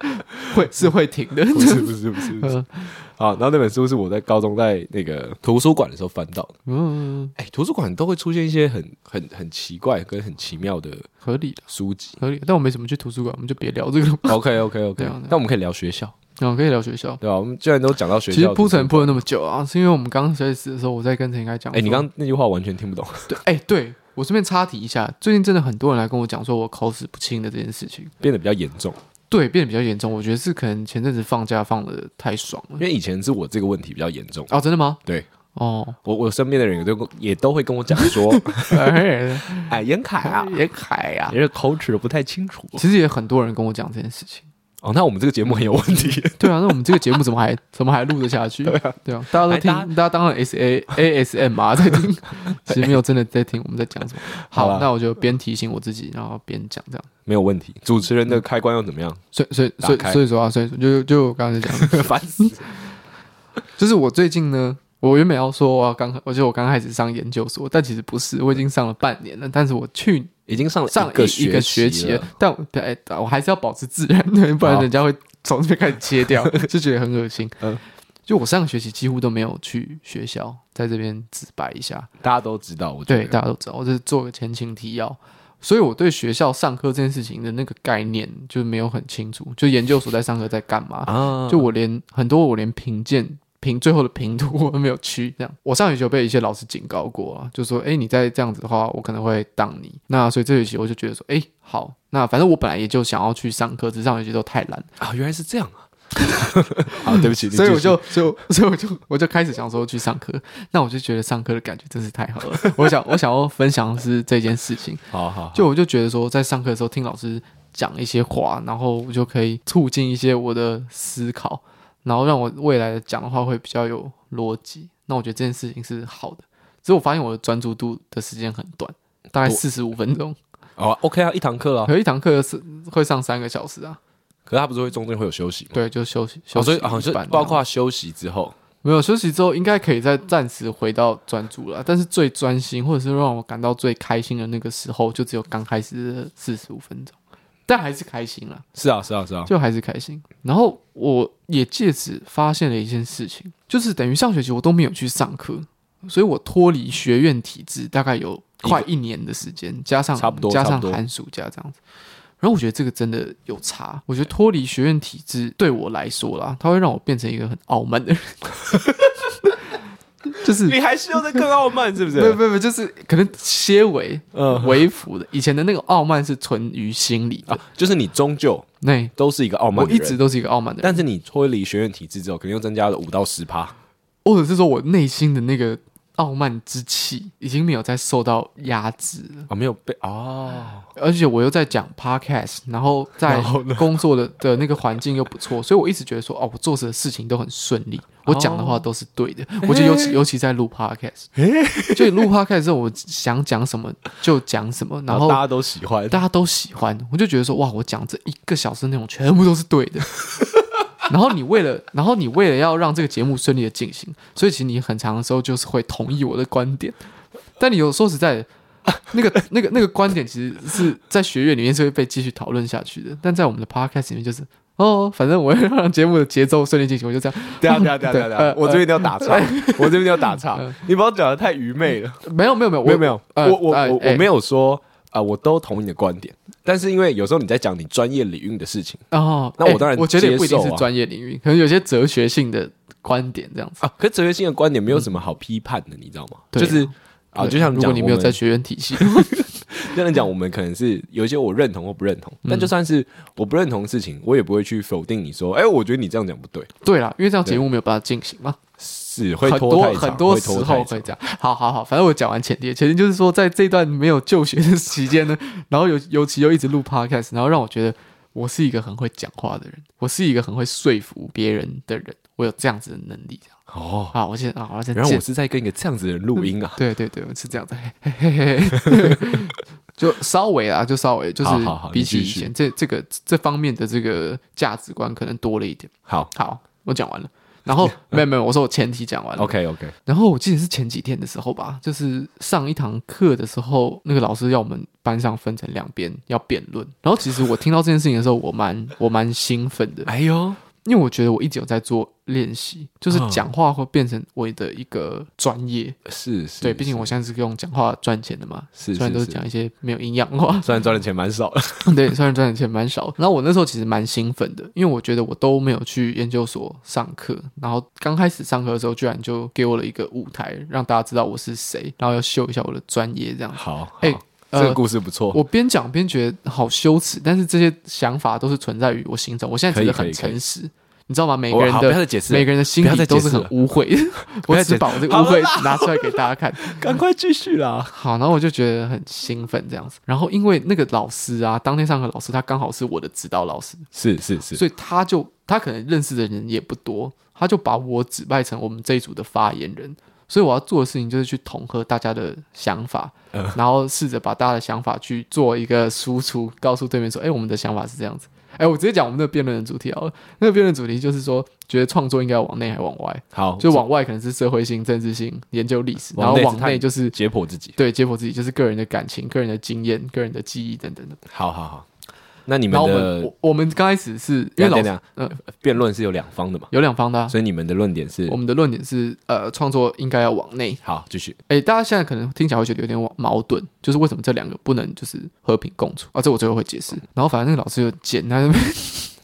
A: 嗯
B: 会是会停的，
A: 不是不是不是不是
B: 嗯，
A: 好，然后那本书是我在高中在那个图书馆的时候翻到的。
B: 嗯，
A: 哎、图书馆都会出现一些很很很奇怪跟很奇妙的
B: 合理的。
A: 书籍
B: 合理的，但我没怎么去图书馆，我们就别聊 这个了。
A: OK OK
B: 对
A: OK，
B: 啊对啊
A: 那我们可以聊学校，
B: 哦，可以聊学校。
A: 对吧、我们既然都讲到学校，
B: 其实铺陈
A: 就是
B: 铺了那么久啊，是因为我们刚刚开始的时候，我在跟陈应该讲
A: 哎、
B: 说。
A: 你刚刚那句话完全听不懂，
B: 对，哎、对我顺便插题一下，最近真的很多人来跟我讲说我口齿不清的这件事情，
A: 变得比较严重，
B: 对，变得比较严重。我觉得是可能前阵子放假放的太爽了
A: 因。为以前是我这个问题比较严重。
B: 哦，真的吗？
A: 对
B: 哦，
A: 我我身边的人也都也都会跟我讲 说，
B: 哎，
A: 哎，严凯啊，
B: 也凯呀、
A: 你这口齿不太清楚。
B: 其实也很多人跟我讲这件事情。
A: 哦，那我们这个节目很有问题。
B: 对啊，那我们这个节目怎么还怎么还录得下去？对啊，大家都听，
A: 哎大
B: 大家当然 S A A S M 啊在听， 其实没有真的在听我们在讲什么。
A: 好
B: 好，
A: 啦
B: 那我就边提醒我自己，然后边讲这样。
A: 没有问题，主持人的开关又怎么样？
B: 所以所以所以
A: 打开
B: 所以说啊，所以说就就我刚才讲的，
A: 烦死！
B: 就是我最近呢，我原本要说我要刚，我觉得我刚开始上研究所，但其实不是，我已经上了半年了。但是我去
A: 已经上了
B: 上
A: 一个
B: 一个学
A: 期
B: 期了，但我对、哎我还是要保持自然，对不然
A: 好
B: 人家会从这边开始切掉， 就觉得很恶心。
A: 嗯
B: 就我上个学期几乎都没有去学校，在这边自白一下。
A: 大家都知道，我觉
B: 对，
A: 得
B: 大家都知道，我就是做个前情提要。所以我对学校上课这件事情的那个概念就没有很清楚，就研究所在上课在干嘛，
A: 啊，
B: 就我连很多我连评鉴评最后的评图我都没有去，这样。 我上学期有被一些老师警告过啊，就说，哎、你再这样子的话，我可能会当你。那所以这学期我就觉得说，哎、好，那反正我本来也就想要去上课，只是上学期都太懒，
A: 啊，原来是这样啊。 好，对不 起，你
B: 所以
A: 继
B: 我
A: 续
B: 就就 所以我就我就开始想说去上课。那我就觉得上课的感觉真是太好了。我想我想要分享的是这件事情，
A: 好好，
B: 就我就觉得说，在上课的时候听老师讲一些话，然后我就可以促进一些我的思考，然后让我未来的讲的话会比较有逻辑。那我觉得这件事情是好的，只是我发现我的专注度的时间很短，大概
A: 我
B: 四十五分钟，
A: 哦，OK 啊，一堂课了。
B: 可是一堂课是会上三个小时啊。
A: 可是他不是会中间会有休息吗？
B: 对，就休息，休
A: 哦，
B: 息
A: 所
B: 一
A: 以
B: 半这样、
A: 好像是包括休息之后，
B: 没有休息之后，应该可以再暂时回到专注了。但是最专心，或者是让我感到最开心的那个时候，就只有刚开始的四十五分钟，但还是开心啦。
A: 是啊，是啊，是啊，
B: 就还是开心。然后我也借此发现了一件事情，就是等于上学期我都没有去上课，所以我脱离学院体制大概有快一年的时间，加上
A: 差不多
B: 加
A: 差
B: 上
A: 不多
B: 寒暑假这样子。然后我觉得这个真的有差，我觉得脱离学院体制对我来说啦，它会让我变成一个很傲慢的人， 就是
A: 还是要再更傲慢，是不
B: 不？不不，就是可能些微
A: 嗯
B: 微服的，以前的那个傲慢是存于心里的
A: 啊，，就是你终究
B: 那
A: 都是一个傲慢
B: 我
A: 的
B: 一
A: 人，
B: 直都是一个傲慢的人。
A: 但是你脱离学院体制之后，肯定又增加了五到十趴。啊
B: 或者是说我内心的那个傲慢之气已经没有再受到压制了，
A: 啊，没有被哦，
B: 而且我又 在讲 podcast，然后在
A: 然后呢
B: 工作的的那个环境又不错，所以我一直觉得说哦，我做的事情都很顺
A: 哦
B: 利，我讲的话都是对的。我就尤其尤其在录 podcast，、就录 podcast 之后，我想讲什么就讲什么，然
A: 然
B: 后
A: 后大家都喜欢，
B: 大家都喜欢，我就觉得说哇，我讲这一个小时内容全部都是对的。 然后你为了，然后你为了要让这个节目顺利的进行，所以其实你很长的时候就是会同意我的观点，但你有说实在的，那个 那个那个观点其实是在学院里面是会被继续讨论下去的，但在我们的 podcast 里面就是哦，反正我要让节目的节奏顺利进行，我就这样，
A: 对啊，对啊，对啊，对啊 对嗯
B: 呃
A: 啊，我这边一定要打岔，我这边一定要打 岔，你把我讲的太愚昧了。
B: 没有没有没有
A: 没有没有，
B: 呃
A: 我我
B: 呃
A: 我
B: 哎
A: 我没有说啊，我都同意你的观点，但是因为有时候你在讲你专业领域的事情
B: 哦，
A: 那
B: 哎
A: 我当然
B: 我觉得也
A: 接
B: 不一定
A: 受
B: 是
A: 啊
B: 专业领域，可能有些哲学性的观点这样子。
A: 啊，可是哲学性的观点没有什么好批判的，你知道吗？
B: 对
A: 就是。啊，
B: 对
A: 就像
B: 如果
A: 讲
B: 你没有
A: 我们
B: 在学院体系，
A: 这样讲，我们可能是有一些我认同或不认同，
B: 嗯
A: 但就算是我不认同的事情，我也不会去否定你说，哎、我觉得你这样讲不对，
B: 对啦，因为这样节目没有办法进行嘛，
A: 是会
B: 很
A: 拖
B: 多
A: 太长，
B: 很多
A: 会
B: 时
A: 拖
B: 候
A: 太
B: 会
A: 长。
B: 这样。好好好，反正我讲完前提，前提就是说，在这段没有就学的期间呢，然后尤尤其又一直录 podcast，然后让我觉得我是一个很会讲话的人，我是一个很会说服别人的人，我有这样子的能力。这样
A: 哦，
B: 啊，我现在啊，我现在
A: 然后
B: 见
A: 我是在跟一个这样子的人录音啊，
B: 对对对，是这样的，嘿嘿嘿嘿，就稍微啊，就稍微就是
A: 好好好
B: 比
A: 你
B: 起
A: 继
B: 以
A: 续
B: 前这这个这方面的这个价值观可能多了一点。
A: 好
B: 好，我讲完了。然后没有没有，我说我前提讲完了。
A: ，OK OK，
B: 然后我记得是前几天的时候吧，就是上一堂课的时候，那个老师要我们班上分成两边要辩论。然后其实我听到这件事情的时候，我蛮 我蛮兴奋的，
A: 哎呦，
B: 因为我觉得我一直有在做练习，就是
A: 嗯
B: 讲话会变成我的一个专业。
A: 是是，
B: 对，毕竟我现在是用讲话赚钱的嘛，
A: 是
B: 虽然
A: 是
B: 都是
A: 是
B: 讲一些没有营养的话，
A: 虽然赚的钱蛮少的，
B: 对，虽然赚的钱蛮少。然后我那时候其实蛮兴奋的，因为我觉得我都没有去研究所上课，然后刚开始上课的时候，居然就给我了一个舞台，让大家知道我是谁，然后要秀一下我的专业这样。
A: 好，好
B: 哎
A: 这个
B: 呃，
A: 故事不错，
B: 我边讲边觉得好羞耻，但是这些想法都是存在于我心中，我现在觉得
A: 可以可
B: 很
A: 以可以
B: 诚实，你知道吗？每
A: 我
B: 个人
A: 好不要
B: 的。
A: 再解释了，
B: 每个人的心
A: 不要
B: 里
A: 再
B: 都
A: 解
B: 是
A: 释
B: 很
A: 了
B: 污秽的，
A: 不
B: 我
A: 要
B: 只
A: 解
B: 把我这个
A: 好
B: 污
A: 了
B: 秽
A: 啦
B: 拿出来给大家看。
A: 赶快继续啦。
B: 好，然后我就觉得很兴奋这样子。然后因为那个老师啊，当天上课老师他刚好是我的指导老师，
A: 是是是，
B: 所以他就他可能认识的人也不多，他就把我指派成我们这一组的发言人。所以我要做的事情就是去统合大家的想法，
A: 嗯
B: 然后试着把大家的想法去做一个输出，告诉对面说：“哎、我们的想法是这样子。哎，我直接讲我们的辩论的主题好了。那个辩论主题就是说，觉得创作应该往内还往外？
A: 好，
B: 就往外可能是社会性、政治性、研究历史，然
A: 哦往
B: 后
A: 内是
B: 往
A: 探
B: 内就是
A: 解剖自己。
B: 对，解剖自己就是个人的感情、个人的经验、个人的记忆等等的。
A: 好好好，那你们
B: 然后我们
A: 的
B: 我我们刚开始是因为
A: 等一下等一
B: 老师
A: 下呃
B: 嗯
A: 辩论是有两方的嘛，
B: 有两方的、啊，
A: 所以你们的论点是
B: 我们的论点是呃，创作应该要往内。
A: 好，继续。
B: 诶，大家现在可能听起来会觉得有点往矛盾，就是为什么这两个不能就是和平共处啊？这我最后会解释。然后反正那个老师就 简单，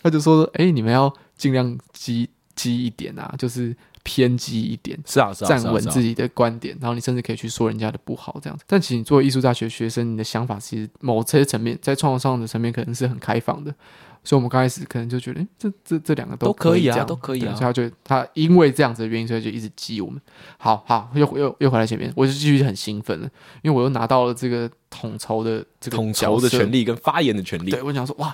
B: 他就说：“诶，你们要尽量激激一点啊，就是偏激一点。”
A: 是啊，是啊，
B: 站
A: 是啊
B: 稳
A: 是啊
B: 自己的观点，然后你甚至可以去说人家的不好这样子。但其实你作为艺术大学学生，你的想法其实某些层面，在创作上的层面可能是很开放的。所以我们刚开始可能就觉得，诶这这这两个
A: 都可
B: 可
A: 以啊
B: 这样
A: 都可以
B: 对
A: 啊
B: 所以他就他因为这样子的原因，所以就一直激我们。好好，又又又回来前面，我就继续很兴奋了，因为我又拿到了这个统筹的这个
A: 统筹的
B: 权利。
A: 权利跟发言的权利
B: 对，我想说，哇，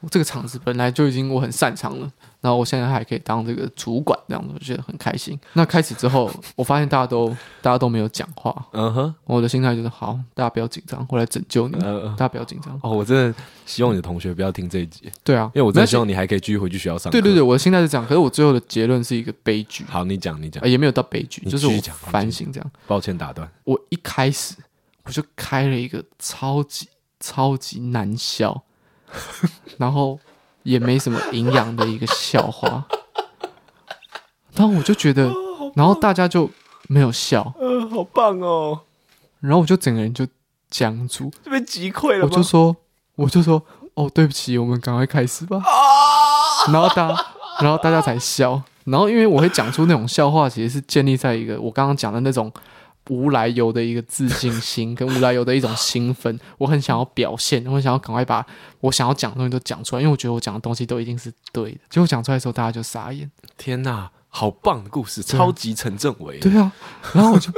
B: 我这个场子本来就已经我很擅长了，然后我现在还可以当这个主管，这样子我觉得很开心。那开始之后，我发现大家都大家都没有讲话，
A: 嗯哼，
B: 我的心态就是好，大家不要紧张，我来拯救你们，
A: 呃，
B: 大家不要紧张。
A: 哦，我真的希望你的同学不要听这一集，
B: 对啊，
A: 因为我真的
B: 没关系
A: 希望你还可以继续回去学校上课。
B: 对对对，我的心态是这样，可是我最后的结论是一个悲剧，
A: 好，你讲，你讲
B: 呃，，也没有到悲剧，
A: 你
B: 就是
A: 继续
B: 我
A: 讲你
B: 反
A: 继
B: 省这样。
A: 抱歉打断。
B: 我一开始我就开了一个超级超级难笑， 然后也没什么营养的一个笑话，然后我就觉得，然后大家就没有笑，
A: 呃，好棒哦，
B: 然后我就整个人就僵住，
A: 这边击溃
B: 我就说，我就说，哦，对不起，我们赶快开始吧。
A: 啊，
B: 然后大家，然后大家才笑。然后因为我会讲出那种笑话，其实是建立在一个我刚刚讲的那种无来由的一个自信心，跟无来由的一种兴奋。 我很想要表现，我很想要赶快把我想要讲的东西都讲出来，因为我觉得我讲的东西都一定是对的。结果讲出来的时候，大家就傻眼。
A: 天哪，好棒的故事，
B: 对啊
A: 超级陈政委。
B: 对啊，然后我就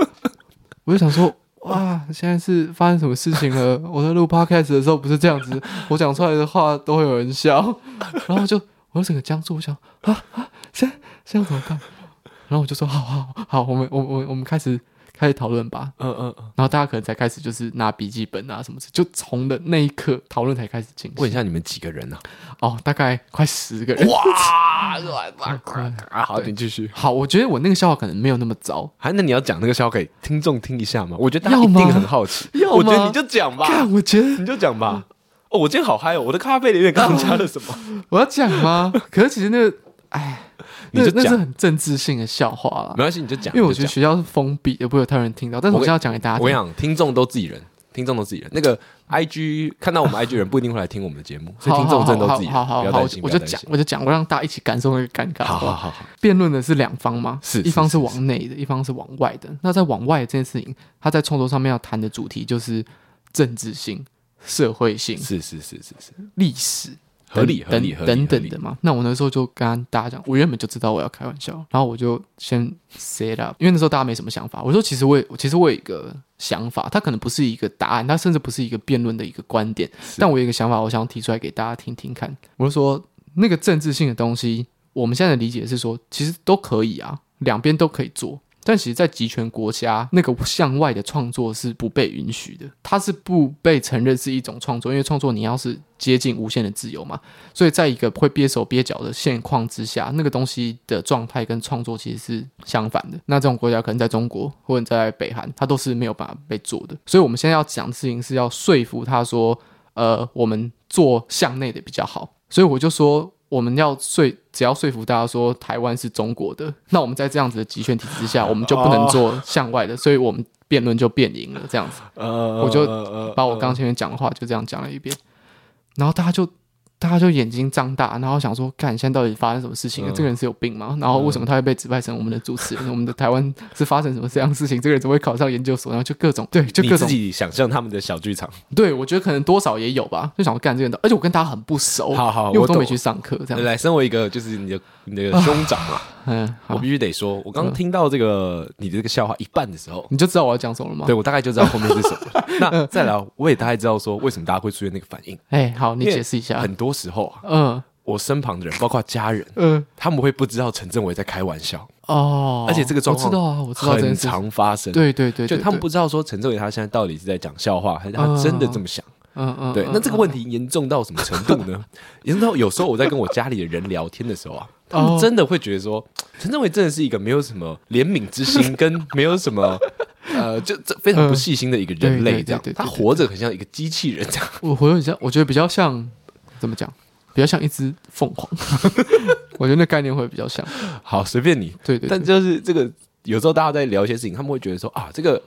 B: 我就想说， 哇，现在是发生什么事情了？我在录 podcast 的时候不是这样子，我讲出来的话都会有人笑，然后我就我就整个僵住，我想啊啊，现在现在怎么办？然后我就说，好好好，我们我我我们开始开始讨论吧。
A: 嗯嗯嗯，
B: 然后大家可能才开始就是拿笔记本啊什么的，就从的那一刻讨论才开始进
A: 问
B: 行。
A: 一下你们几个人啊？
B: 哦，大概快十个人。
A: 哇，软软软啊！好，
B: 对
A: 你继续。
B: 好，我觉得我那个笑话可能没有那么糟，
A: 还那你要讲那个笑话给听众听一下吗？我觉得大家一
B: 要
A: 定
B: 吗
A: 很好奇。
B: 要
A: 我觉
B: 吗
A: 得你就讲吧。
B: 看，我觉得
A: 你就讲吧。哦，我今天好嗨哦！我的咖啡里面刚刚加了 什么？
B: 我要讲 吗？可是其实那个，哎，那
A: 你就
B: 那是
A: 讲
B: 很政治性的笑话啦
A: 没。关系，你就讲。
B: 因为我
A: 你
B: 觉
A: 就
B: 得
A: 讲
B: 学校是封闭的，不会有太多人听到。但是我
A: 我跟
B: 现在要讲给大家
A: 我跟你
B: 听，
A: 讲，听众都自己人，听众都自己人。那个 IG 看到我们 IG 人不一定会来听我们的节目，所以听众真的都自己人，
B: 好好
A: 不
B: 好
A: 要
B: 好
A: 担，心，不
B: 我就
A: 要担
B: 讲
A: 心。
B: 我就讲，我让大家一起感受那个尴尬。
A: 好
B: 不
A: 好好好，
B: 辩论的是两方吗？
A: 是
B: 一方是往内的，一方是往外的。那在往外的这件事情，他在冲突上面要谈的主题就是政治性、社会性、
A: 是是是是是，
B: 历史
A: 合理
B: 等
A: 合理合理
B: 等等
A: 合
B: 的
A: 理
B: 嘛。那我那时候就跟大家讲，我原本就知道我要开玩笑，然后我就先 set up，因为那时候大家没什么想法。我说其实我也其实我有一个想法，它可能不是一个答案，它甚至不是一个辩论的一个观点，但我有一个想法，我想提出来给大家听听看。我就说那个政治性的东西，我们现在的理解是说，其实都可以啊，两边都可以做。但其实，在集权国家，那个向外的创作是不被允许的，它是不被承认是一种创作，因为创作你要是接近无限的自由嘛，所以在一个会憋手憋脚的现况之下，那个东西的状态跟创作其实是相反的。那这种国家可能在中国或者在北韩，它都是没有办法被做的。所以我们现在要讲的事情是要说服他说，呃，我们做向内的比较好。所以我就说，我们要说，只要说服大家说台湾是中国的，那我们在这样子的集权体制下，我们就不能做向外的，所以我们辩论就变赢了，这样子。
A: 呃，
B: 我就
A: 呃
B: 把我刚前面讲的话就这样讲了一遍，然后大家就大家就眼睛张大，然后想说，看现在到底发生什么事情了？
A: 嗯
B: 这个人是有病吗？然后为什么他会被指派成我们的主持人？我们的台湾是发生什么这样的事情？这个人怎么会考上研究所？然后就各种对，就
A: 你
B: 各
A: 自
B: 种
A: 己想象他们的小剧场，
B: 对，我觉得可能多少也有吧，就想说干这个人，而且我跟大家很不熟，
A: 好好
B: 因为我
A: 我
B: 都没
A: 懂
B: 去上课，这样，
A: 来，身为一个就是你的你的兄长嘛，
B: 嗯，
A: 我
B: 好，
A: 必须得说，我刚听到这个你的这个笑话一半的时 候，
B: 你就知道我要讲什么了吗
A: 对？我大概就知道后面是什么。 那再来，我也大概知道说为什么大家会出现那个反应。
B: 哎，好，你
A: 因为
B: 解释一下，
A: 很多时候啊，
B: 嗯
A: 我身旁的人，包括家人，
B: 嗯，
A: 他们会不知道陈政伟在开玩笑，
B: 哦，
A: 而且这个状况
B: 我知道啊，我知道这件
A: 很
B: 事情，
A: 常发生。，
B: 对对对，
A: 就
B: 对
A: 他们
B: 对
A: 不知道说陈政伟他现在到底是在讲笑话，还是他真的这么想。
B: 嗯嗯，
A: 对，
B: 嗯
A: 那这个问题严重到什么程度 呢？严重到有时候我在跟我家里的人聊天的时候啊，他
B: 哦
A: 们真的会觉得说，陈政伟真的是一个没有什么怜悯之心，跟没有什么。呃，就这非常不细心的一个人类，这样
B: 嗯对对对对对，
A: 他活着很像一个机器人这样。
B: 我回想一下，我觉得比较像怎么讲，比较像一只凤凰。 我觉得那概念会比较像，
A: 好，随便你，
B: 对对对
A: 但就是这个，有时候大家在聊一些事情，他们会觉得说啊，这个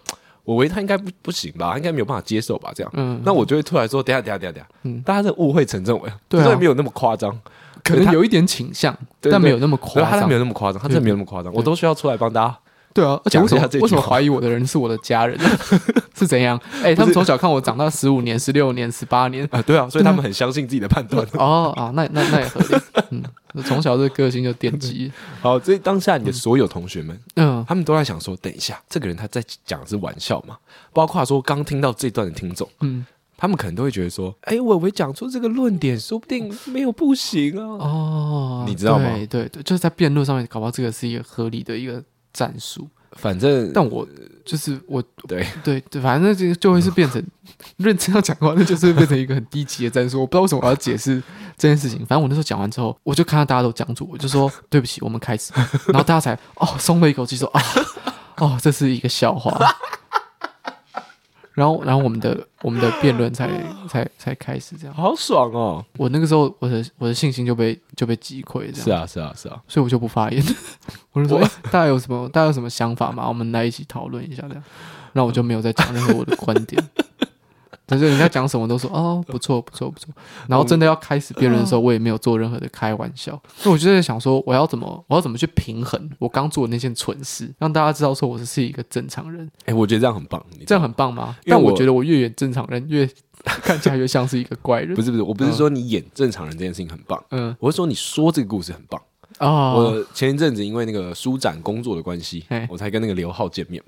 A: 我为他应该不不行吧，他应该没有办法接受吧，这样。
B: 嗯
A: 那我就会突然说，等一下等一下等一下等一下，
B: 嗯
A: 大家在误会陈政伟，
B: 对
A: 陈
B: 啊
A: 政伟没有那么夸张，
B: 可能有一点倾向，
A: 对对
B: 但没有那么
A: 对
B: 夸
A: 他
B: 张
A: 没。有那么夸张，他真的没有那么夸张，我都需要出来帮大家。
B: 对啊，而且为什
A: 讲一下
B: 么
A: 这句话
B: 为什么怀疑我的人是我的家人？ 是怎样？哎、他们从小看我长大十五年、十六年、十八年。
A: 啊， 对啊，所以他们很相信自己的判 断。
B: 哦啊，那那那也合理。 嗯，从小这个性就奠基。
A: 好，所以当下你的所有同学们，
B: 嗯，
A: 他们都在想说，等一下，这个人他在讲的是玩笑嘛？包括说刚听到这段的听众，
B: 嗯，
A: 他们可能都会觉得说，哎，伟伟讲出这个论点，说不定没有不行啊。
B: 哦，
A: 你知道吗
B: 对对对，就是在辩论上面，搞不好这个是一个合理的一个战术。
A: 反正，
B: 但我就是我
A: 对
B: 对对，反正就就会是变成认真要讲的话，那就是变成一个很低级的战术。我不知道为什么我要解释这件事情。反正我那时候讲完之后，我就看到大家都僵住，我就说对不起，我们开始。然后大家才哦松了一口气说，啊哦，这是一个笑话。然后，然后我们的我们的辩论才才才开始这样。
A: 好爽哦！
B: 我那个时候，我的我的信心就被就被击溃，
A: 是
B: 这样
A: 啊，是啊，是啊。
B: 所以我就不发言。 我就说、
A: 我
B: 欸大家有什么大家有什么想法吗？我们来一起讨论一下这样。然后我就没有再讲任何我的观点。 但是人家讲什么都说哦不错不错不错，然后真的要开始辩论的时候，我也没有做任何的开玩笑，所以我就在想说，我要怎么我要怎么去平衡我刚做的那件蠢事，让大家知道说我是一个正常人，
A: 哎、我觉得这样很棒。你
B: 这样很棒吗？
A: 因为
B: 但我
A: 我
B: 觉得我越演正常人，越 看起来越像是一个怪人
A: 不。是不是，我不是说你演正常人这件事情很棒，
B: 嗯
A: 我是说你说这个故事很棒。
B: 哦，
A: 我前一阵子因为那个书展工作的关系
B: 嘿，哦
A: 我才跟那个刘浩见面。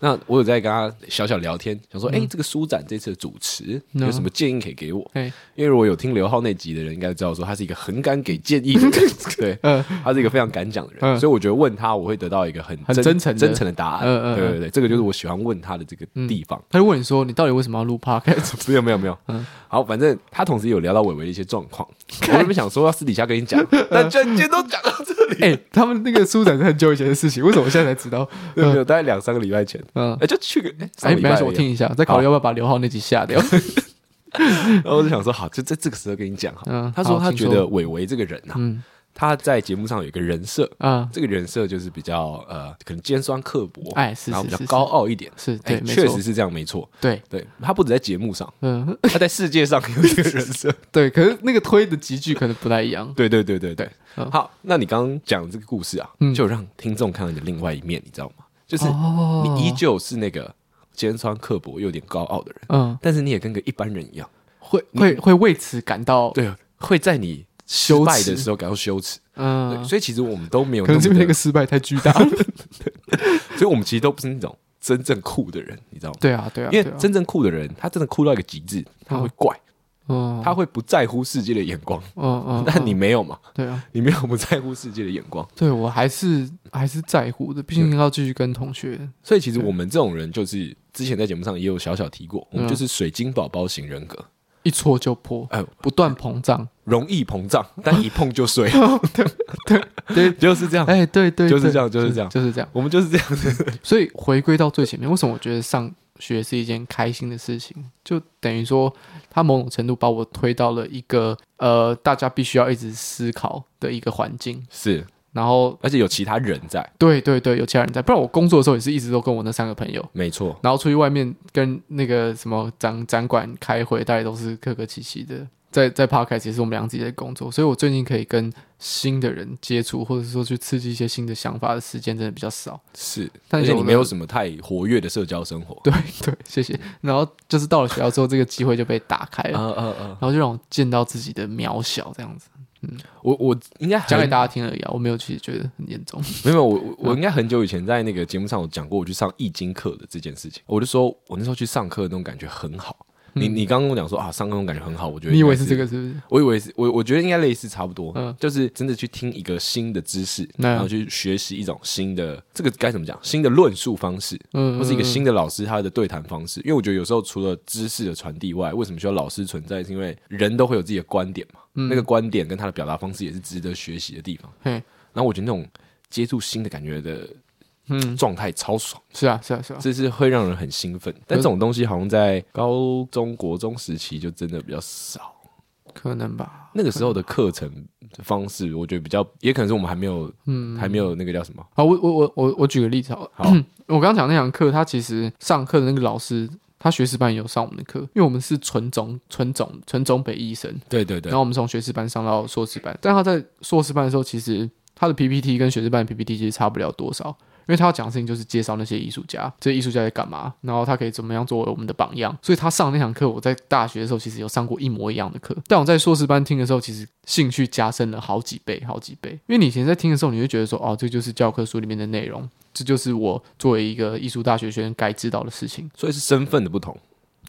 A: 那我有在跟他小小聊天，想说，哎、这个书展这次的主持
B: 嗯
A: 有什么建议可以给我？
B: 哎
A: 因为如果有听刘浩那集的人，应该知道说他是一个很敢给建议的 人，对，
B: 嗯
A: 他是一个非常敢讲的人，
B: 嗯
A: 所以我觉得问他，我会得到一个很
B: 很真诚的
A: 真诚的答案。
B: 嗯嗯嗯嗯
A: 对对对，这个就是我喜欢问他的这个地方。
B: 他就问你说你到底为什么要录 podcast？
A: 没有没有没有，
B: 嗯
A: 好，反正他同时也有聊到伟伟的一些状况，我原本想说要私底下跟你 讲，但居然今天都讲到这里，
B: 哎、他们那个书展是很久以前的事情，为什么我现在才知 道？
A: 没有没有，大概两三个礼拜前，
B: 嗯，
A: 哎，就去个哎，
B: 哎、
A: 上礼
B: 没
A: 拜
B: 关
A: 而
B: 系，
A: 已
B: 我听，一下，再考虑要不要把刘浩那集下 掉。
A: 然后我就想说好，就在这个时候跟你讲哈
B: 嗯，
A: 他说
B: 好
A: 他
B: 请
A: 觉
B: 说
A: 得伟伟这个人啊，
B: 嗯
A: 他在节目上有一个人设，
B: 嗯，
A: 这个人设就是比较呃，可能尖酸刻薄，
B: 哎是
A: 然后比
B: 是
A: 较
B: 是
A: 高傲一点。
B: 是
A: 哎
B: 对，没
A: 确
B: 错
A: 实，是这样，没错。
B: 对，
A: 对他不止在节目 上，
B: 嗯，
A: 他在世界上有一个人 设。
B: 对，可是那个推的集句可能不太一 样，
A: 对对对对对。
B: 嗯
A: 好，那你刚刚讲的这个故事啊，
B: 嗯
A: 就让听众看到你的另外一面，你知道吗？就是
B: 哦
A: 你依，旧是那个尖酸刻薄、有点高傲的人，
B: 嗯，
A: 但是你也跟个一般人一样，
B: 会会会为此感到，
A: 对，会在你失
B: 啊羞
A: 败
B: 耻
A: 的时候感到羞耻。对
B: 嗯，
A: 所以其实我们都没有
B: 可
A: 那
B: 能
A: 么
B: 是因为那个
A: 的，
B: 失败太巨大了，
A: 所以我们其实都不是那种真正酷的人，你知道吗？
B: 对啊，对啊，
A: 因
B: 对
A: 为
B: 啊
A: 真正酷的人，他真的酷到一个极致，他会怪，
B: 嗯，
A: 他会不在乎世界的眼光。
B: 嗯嗯，
A: 但
B: 嗯
A: 你没有嘛？
B: 对啊，
A: 你没有不在乎世界的眼光，
B: 对我还是还是在乎的，毕竟要继续跟同学，
A: 所以其实我们这种人，就是之前在节目上也有小小提过，我们
B: 嗯
A: 就是水晶宝宝型人格，
B: 一戳就破，
A: 哎呦
B: 不断膨胀，
A: 容易膨胀，但一碰就 碎，
B: 哦对，
A: 就是这样。
B: 哎，对对，
A: 就是
B: 对
A: 这样就是这样
B: 就是这样。
A: 我们就是这样子，
B: 所以回归到最前面，为什么我觉得上学是一件开心的事情？就等于说，它某种程度把我推到了一个呃，大家必须要一直思考的一个环境。
A: 是，
B: 然后，
A: 而且有其他人在，
B: 对对对，有其他人在，不然我工作的时候也是一直都跟我那三个朋友。
A: 没错，
B: 然后出去外面跟那个什么展展馆开会，大家都是客客气气的。在在 podcast 也是我们俩自己在工作，所以我最近可以跟新的人接触，或者说去刺激一些新的想法的时间真的比较少。
A: 是，
B: 但
A: 而且
B: 有
A: 你
B: 了
A: 没有什么太活跃的社交生活，
B: 对对，谢谢。然后就是到了学校之后，这个机会就被打开了，
A: 嗯嗯嗯，
B: 然后就让我见到自己的渺小，这样子
A: 我我应该
B: 讲给嗯
A: 很
B: 大家听而已啊。我没有去觉得很严重。
A: 没有没有，我我我应该很久以前在那个节目上有讲过，我去上易经课的这件事情。我就说我那时候去上课的那种感觉很好。你你刚刚跟我讲说啊，上课那种感觉很好，我觉得
B: 嗯你以为
A: 应该
B: 是这个是不是？
A: 我以为是我，我觉得应该类似差不多，
B: 嗯
A: 就是真的去听一个新的知识，
B: 嗯
A: 然后去学习一种新的这个该怎么讲，新的论述方式，
B: 嗯，
A: 或是一个新的老师他的对谈方式。因为我觉得有时候除了知识的传递外，为什么需要老师存在？是因为人都会有自己的观点嘛，那个观点跟他的表达方式也是值得学习的地方。
B: 嘿，
A: 然后我觉得那种接触新的感觉的
B: 嗯，
A: 状态超爽，
B: 是啊是啊是啊，
A: 这是会让人很兴奋。但这种东西好像在高中国中时期就真的比较少。
B: 可能吧。
A: 那个时候的课程方式，我觉得比较，也可能是我们还没有，嗯，还没有那个叫什么，
B: 好，我我我我我举个例子好了。
A: 好，啊
B: 我刚刚讲那堂课，他其实上课的那个老师，他学士班也有上我们的课，因为我们是纯种、纯种、纯种北医生，
A: 对对对
B: 然后，我们从学士班上到硕士班。但他在硕士班的时候，其实他的 PPT 跟学士班的 PPT 其实差不了多少，因为他要讲的事情就是介绍那些艺术家，这些艺术家在干嘛，然后他可以怎么样作为我们的榜样。所以他上那堂课，我在大学的时候其实有上过一模一样的课，但我在硕士班听的时候，其实兴趣加深了好几倍、好几倍。因为你以前在听的时候，你会觉得说，哦，这就是教科书里面的内容。这就是我作为一个艺术大学学生该知道的事情，
A: 所以是身份的不同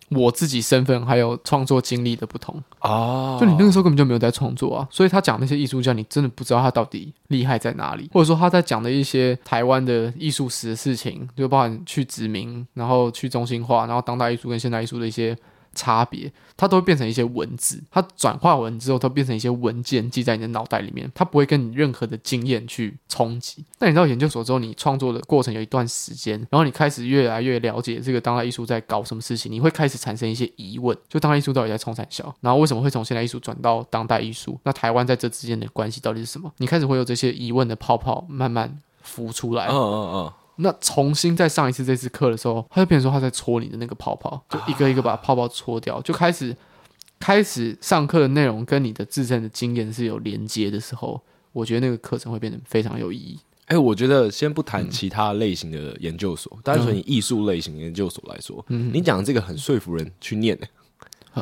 B: 我自己身份还有创作经历的不同。
A: 哦
B: 就你那个时候根本就没有在创作啊，所以他讲那些艺术家，你真的不知道他到底厉害在哪里，或者说他在讲的一些台湾的艺术史的事情，就包含去殖民，然后去中心化，然后当代艺术跟现代艺术的一些差别，它都会变成一些文字，它转化完之后，它变成一些文件记在你的脑袋里面，它不会跟你任何的经验去冲击。那你到研究所之后，你创作的过程有一段时间，然后你开始越来越了解这个当代艺术在搞什么事情，你会开始产生一些疑问，就当代艺术到底在冲啥小，然后为什么会从现代艺术转到当代艺术？那台湾在这之间的关系到底是什么？你开始会有这些疑问的泡泡慢慢浮出来，
A: 嗯嗯
B: 那重新再上一次这次课的时候，他就变成说他在戳你的那个泡泡，就一个一个把泡泡戳
A: 啊
B: 掉，就开始开始上课的内容跟你的自身的经验是有连接的时候，我觉得那个课程会变得非常有意义。
A: 嗯，哎，我觉得先不
B: 嗯
A: 谈其他类型的研究所，单纯以艺术类型研究所来说，
B: 嗯
A: 你讲的这个很说服人去念欸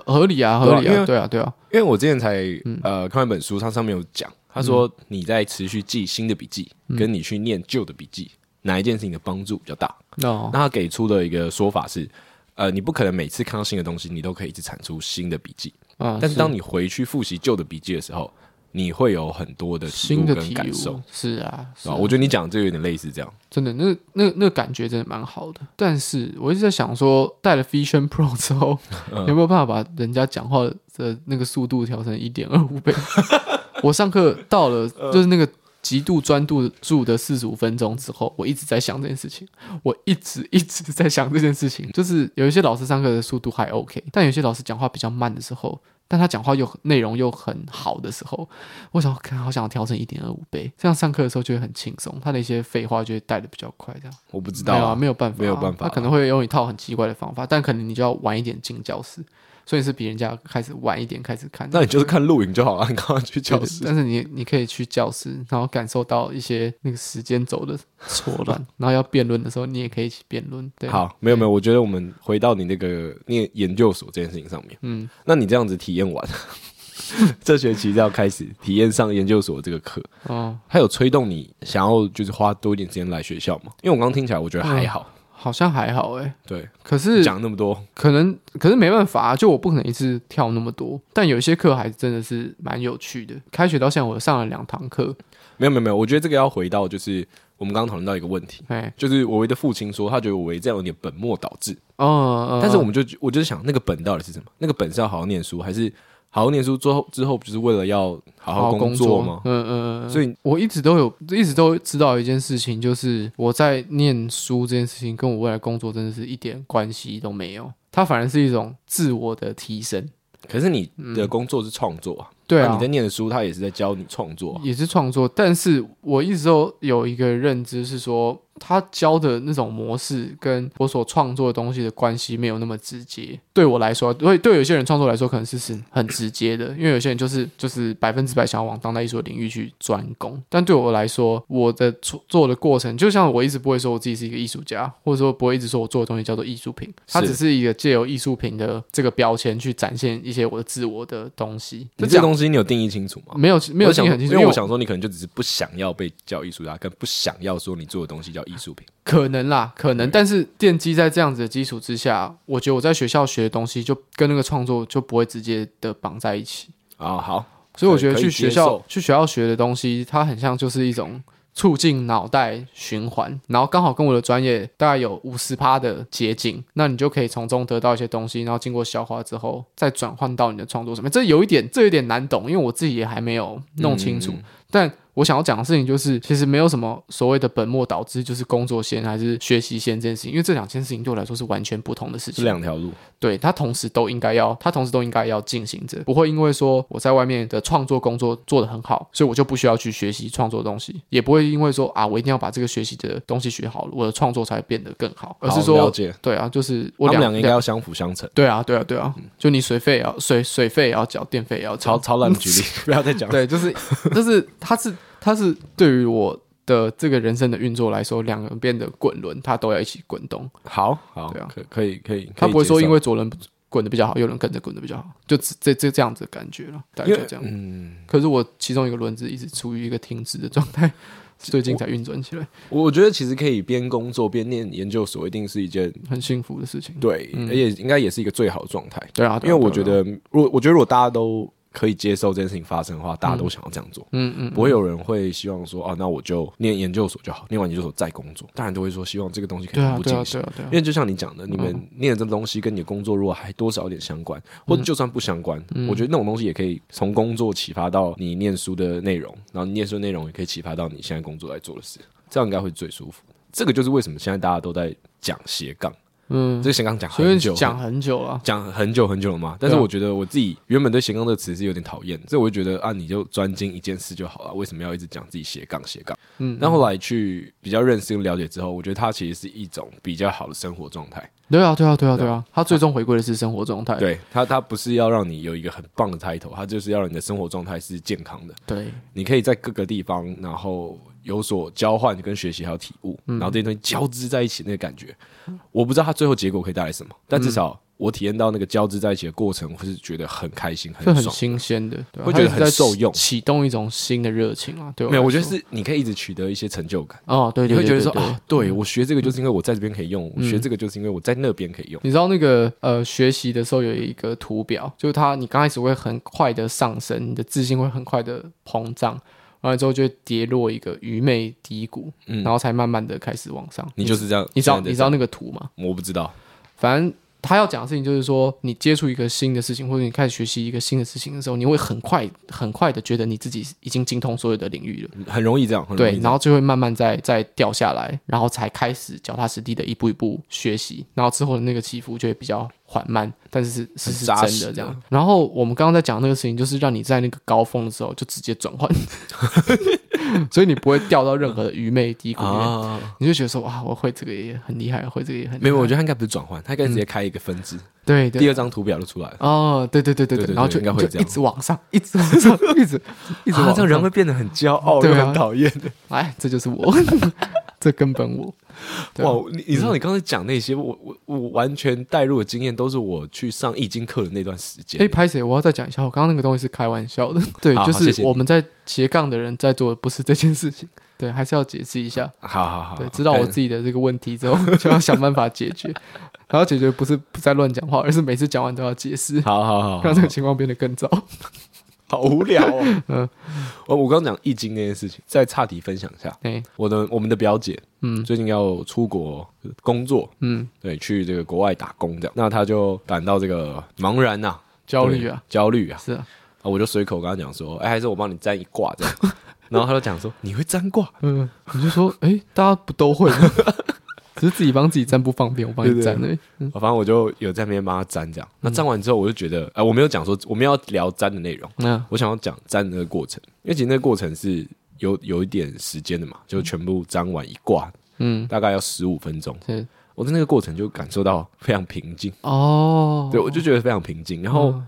B: 合合理啊，
A: 对啊
B: 合理
A: 因
B: 啊，
A: 为
B: 对啊，对啊，
A: 因为我之前才
B: 嗯
A: 呃看完一本书，它上面有讲，他说你在持续记新的笔记，
B: 嗯
A: 跟你去念旧的笔记，哪一件事情的帮助比较大？
B: 那
A: 那他给出的一个说法是，呃，你不可能每次看到新的东西，你都可以一直产出新的笔记。
B: 啊，
A: 但是当你回去复习旧的笔记的时候，你会有很多的体
B: 新
A: 悟
B: 的
A: 跟
B: 体
A: 感受
B: 悟，是啊，是
A: 啊。
B: 啊
A: 我觉得你讲的这个有点类似这样，
B: 真的，那那那个感觉真的蛮好的。但是我一直在想说，带了 Vision Pro 之后，有没有办法把人家讲话的那个速度调成一点二五倍？我上课到了，就是那个极度专注住的四十五分钟之后，我一直在想这件事情，我一直一直 在想这件事情。就是有一些老师上课的速度还 OK，但有些老师讲话比较慢的时候，但他讲话又很内容又很好的时候，我想看好想要调成一点二五倍，这样上课的时候就会很轻松，他的一些废话就会带的比较快，这样。
A: 我不知道
B: 没有
A: 啊、
B: 啊，没有办法啊、
A: 没有办法啊
B: 他可能会用一套很奇怪的方法，但可能你就要晚一点进教室，所以是比人家开始晚一点开始看。
A: 那你就是看录影就好了，你 刚刚去教
B: 对
A: 室
B: 但是你你可以去教室，然后感受到一些那个时间轴的错乱，然后要辩论的时候，你也可以一起辩论。对，，
A: 好，没有没有，我觉得我们回到你那个念研究所这件事情上面，
B: 嗯，
A: 那你这样子体验完， 这学期就要开始体验上研究所这个课，
B: 哦，
A: 它有催动你想要就是花多一点时间来学校吗？因为我刚听起来我觉得还好，
B: 好像还好哎、
A: 对，
B: 可是
A: 讲那么多，
B: 可能可是没办法、啊，就我不可能一次跳那么多，但有一些课还真的是蛮有趣的。开学到现在，我上了两堂课，
A: 没有没有没有，我觉得这个要回到就是我们刚刚讨论到一个问题。
B: 哎，
A: 就是我维的父亲说，他觉得我维这样有点本末倒置。
B: 哦，哦
A: 但是我们就我就是想，那个本到底是什么？那个本是要好好念书，还是好好念书之后之后不就是为了要好
B: 好好
A: 工
B: 工
A: 作
B: 作
A: 吗？？
B: 嗯嗯嗯。
A: 所以
B: 我一直都有，一直都知道一件事情，就是我在念书这件事情跟我未来工作真的是一点关系都没有，它反而是一种自我的提升。
A: 可是你的工作是创作啊，
B: 嗯对
A: 那
B: 啊
A: 你在，念的书，他也是在教你创作啊、
B: 也是创作，但是我一直都有一个认知是说，他教的那种模式跟我所创作的东西的关系没有那么直接。对我来说，对对有些人创作来说可能是是很直接的，因为有些人就是 就是百分之百想要往当代艺术的领域去专攻。但对我来说，我的做做的过程，就像我一直不会说我自己是一个艺术家，或者说不会一直说我做的东西叫做艺术品，它
A: 是
B: 只是一个借由艺术品的这个标签去展现一些我的自我的东西。
A: 你
B: 这
A: 这
B: 样
A: 东西你有定义清楚吗？
B: 没有没有
A: 我想，
B: 定义很清楚，
A: 因为
B: 我
A: 我想说，你可能就只是不想要被叫艺术家，跟不想要说你做的东西叫艺术品。
B: 可能啦，可能，
A: 对
B: 但是奠基在这样子的基础之下，我觉得我在学校学的东西就跟那个创作就不会直接的绑在一起，
A: 啊、好，
B: 所以我觉得
A: 可以
B: 去学
A: 可以接
B: 校
A: 受
B: 去学校学的东西，它很像就是一种促进脑袋循环，然后刚好跟我的专业大概有五十趴的捷径，那你就可以从中得到一些东西，然后经过消化之后再转换到你的创作上面，这有一点这有点难懂，因为我自己也还没有弄清楚，
A: 嗯
B: 但我想要讲的事情就是，其实没有什么所谓的本末倒置，就是工作先还是学习先这件事情，因为这两件事情对我来说是完全不同的事
A: 是
B: 情。
A: 两条路。
B: 对，它同时都应该要，它同时都应该要进行着，不会因为说我在外面的创作工作做得很好，所以我就不需要去学习创作的东西，也不会因为说啊，我一定要把这个学习的东西学好了，我的创作才会变得更好，而
A: 好
B: 是
A: 了
B: 说，
A: 解，
B: 对啊，就是
A: 他
B: 我
A: 们
B: 两
A: 两个应该嗯要相辅相成。
B: 对啊，对啊，对啊，就你水费也要水水费也要缴，电费也要
A: 超
B: 交，
A: 超烂的 举例，不要再讲。
B: 对，就是就是它是它是对于我的这个人生的运作来说，两个人变得滚轮，它都要一起滚动。
A: 好好，
B: 对啊
A: 可可以可以，
B: 它
A: 可以
B: 不会说
A: 接受
B: 因为左轮滚的比较好，右轮跟着滚的比较好，就只这这这样子的感觉了，大概
A: 因
B: 就
A: 为
B: 这样。
A: 嗯，
B: 可是我其中一个轮子一直处于一个停止的状态， 最近才运转起来，
A: 我我觉得其实可以边工作边念研究所，一定是一件
B: 很幸福的事情。
A: 对，而且应该也是一个最好的状态。
B: 对嗯啊，
A: 因
B: 对啊
A: 为我觉，
B: 对啊
A: 得，如果我觉得如果大家都可以接受这件事情发生的话，大家都想要这样做，
B: 嗯嗯，
A: 不会有人会希望说啊，那我就念研究所就好，念完研究所再工作。当然都会说希望这个东西可以
B: 对
A: 同
B: 啊，
A: 步
B: 对啊，
A: 进行。
B: 对啊，对啊嗯
A: 因，为就像你讲的，你们念的这东西跟你的工作如果还多少有点相关，或者就算不相关，
B: 嗯
A: 我觉得那种东西也可以从工作启发到你念书的内容，然后你念书的内容也可以启发到你现在工作在做的事，这样应该会最舒服。这个就是为什么现在大家都在讲斜杠，
B: 嗯
A: 这，个斜杠讲
B: 所以
A: 很久，
B: 讲很久了，
A: 讲很久很久了嘛。但是我觉得我自己原本对斜杠这个词是有点讨厌，所以我就觉得啊，你就专精一件事就好了，为什么要一直讲自己斜杠斜杠？
B: 嗯，
A: 但后来去比较认识跟了解之后，我觉得它其实是一种比较好的生活状态。
B: 对啊，对啊，对啊，对啊，他最终回归的是生活状态。
A: 对它，它不是要让你有一个很棒的 title，它就是要让你的生活状态是健康的。
B: 对，
A: 你可以在各个地方，然后有所交换跟学习还有体悟，然后这些东西交织在一起那个感觉，我不知道它最后结果可以带来什么，但至少我体验到那个交织在一起的过程，会是觉得很开心、
B: 是
A: 很
B: 很
A: 爽。
B: 新鲜的，对啊
A: 会觉得
B: 它一直在
A: 很受用
B: 启动一种新的热情啊。对来说，
A: 没有，我觉得是你可以一直取得一些成就感，
B: 哦，对，
A: 你
B: 对
A: 会觉得说，
B: 对对对
A: 啊，对嗯我学这个就是因为我在这边可以用，我学这个就是因为我在那边可以用。
B: 你知道那个呃，学习的时候有一个图表，就是它你刚开始会很快的上升，你的自信会很快的膨胀，完了之后就会跌落一个愚昧低谷，
A: 嗯
B: 然后才慢慢的开始往上。
A: 你就是这样，
B: 你知道
A: 现在在
B: 你知道那个图吗？
A: 这样，我不知道，
B: 反正他要讲的事情就是说，你接触一个新的事情，或者你开始学习一个新的事情的时候，你会很快很快的觉得你自己已经精通所有的领域了。
A: 很容易这样，很容易
B: 对，
A: 这
B: 然
A: 样
B: 后就会慢慢再再掉下来，然后才开始脚踏实地的一步一步学习，然后之后的那个起伏就会比较缓慢，但是是是
A: 很扎
B: 真
A: 实
B: 的这
A: 的
B: 样。然后我们刚刚在讲那个事情，就是让你在那个高峰的时候就直接转 换，所以你不会掉到任何的愚昧低谷里面。
A: 啊，
B: 你就觉得说哇，我会这个也很厉害，会这个也很厉害
A: 没有，我觉得他应该不是转换，他应该直接开一个分支，
B: 对对
A: 第二张图表就出来了。
B: 哦，对对对对
A: 对对
B: 然后就
A: 应该会
B: 就
A: 这
B: 一
A: 样
B: 直往上，一直往上，一直一直往
A: 啊
B: 上，
A: 这样人会变得很骄傲，
B: 对
A: 又
B: 啊
A: 很讨厌。
B: 哎，这就是我， 这根本我，对啊
A: 哇，你你知道你刚才讲那些，我我我完全带入的经验都是我去上易经课的那段时间。
B: 哎，拍谁？我要再讲一下，我刚刚那个东西是开玩笑的， 对，
A: 好
B: 就
A: 好谢
B: 是
A: 谢
B: 我们在斜杠的人在做的不是这件事情， 对，还是要解释一下，
A: 好好好，
B: 对，知道我自己的这个问题之后， 就要想办法解决，然后解决不是不再乱讲话，而是每次讲完都要解释，
A: 好好好，
B: 让这个情况变得更糟。
A: 好无聊哦。
B: 嗯
A: 嗯，我我刚刚讲易经那件事情，再岔题分享一下。
B: 哎，
A: 我的我们的表姐
B: 嗯
A: 最近要出国工作，
B: 嗯，
A: 对，去这个国外打工这样。那她就感到这个茫然呐、
B: 焦虑啊，
A: 对，焦虑啊。
B: 是啊，
A: 啊我就随口跟她讲说，哎、还是我帮你占一卦 这样。然后她就讲说，你会占卦？
B: 嗯，你就说，哎、大家不都会吗？ 只是自己帮自己站不方便，我帮你站而已。嗯
A: 反正我就有在那边帮她占这样。那占完之后，我就觉得，哎、我没有讲说我们要聊占的内容，
B: 那
A: 我想要讲占那个过程，因为其实那个过程是有有一点时间的嘛，就全部占完一卦，
B: 嗯，
A: 大概要十五分钟。
B: 是
A: 我在那个过程就感受到非常平静，
B: 哦，
A: 对我就觉得非常平静。然
B: 嗯
A: 后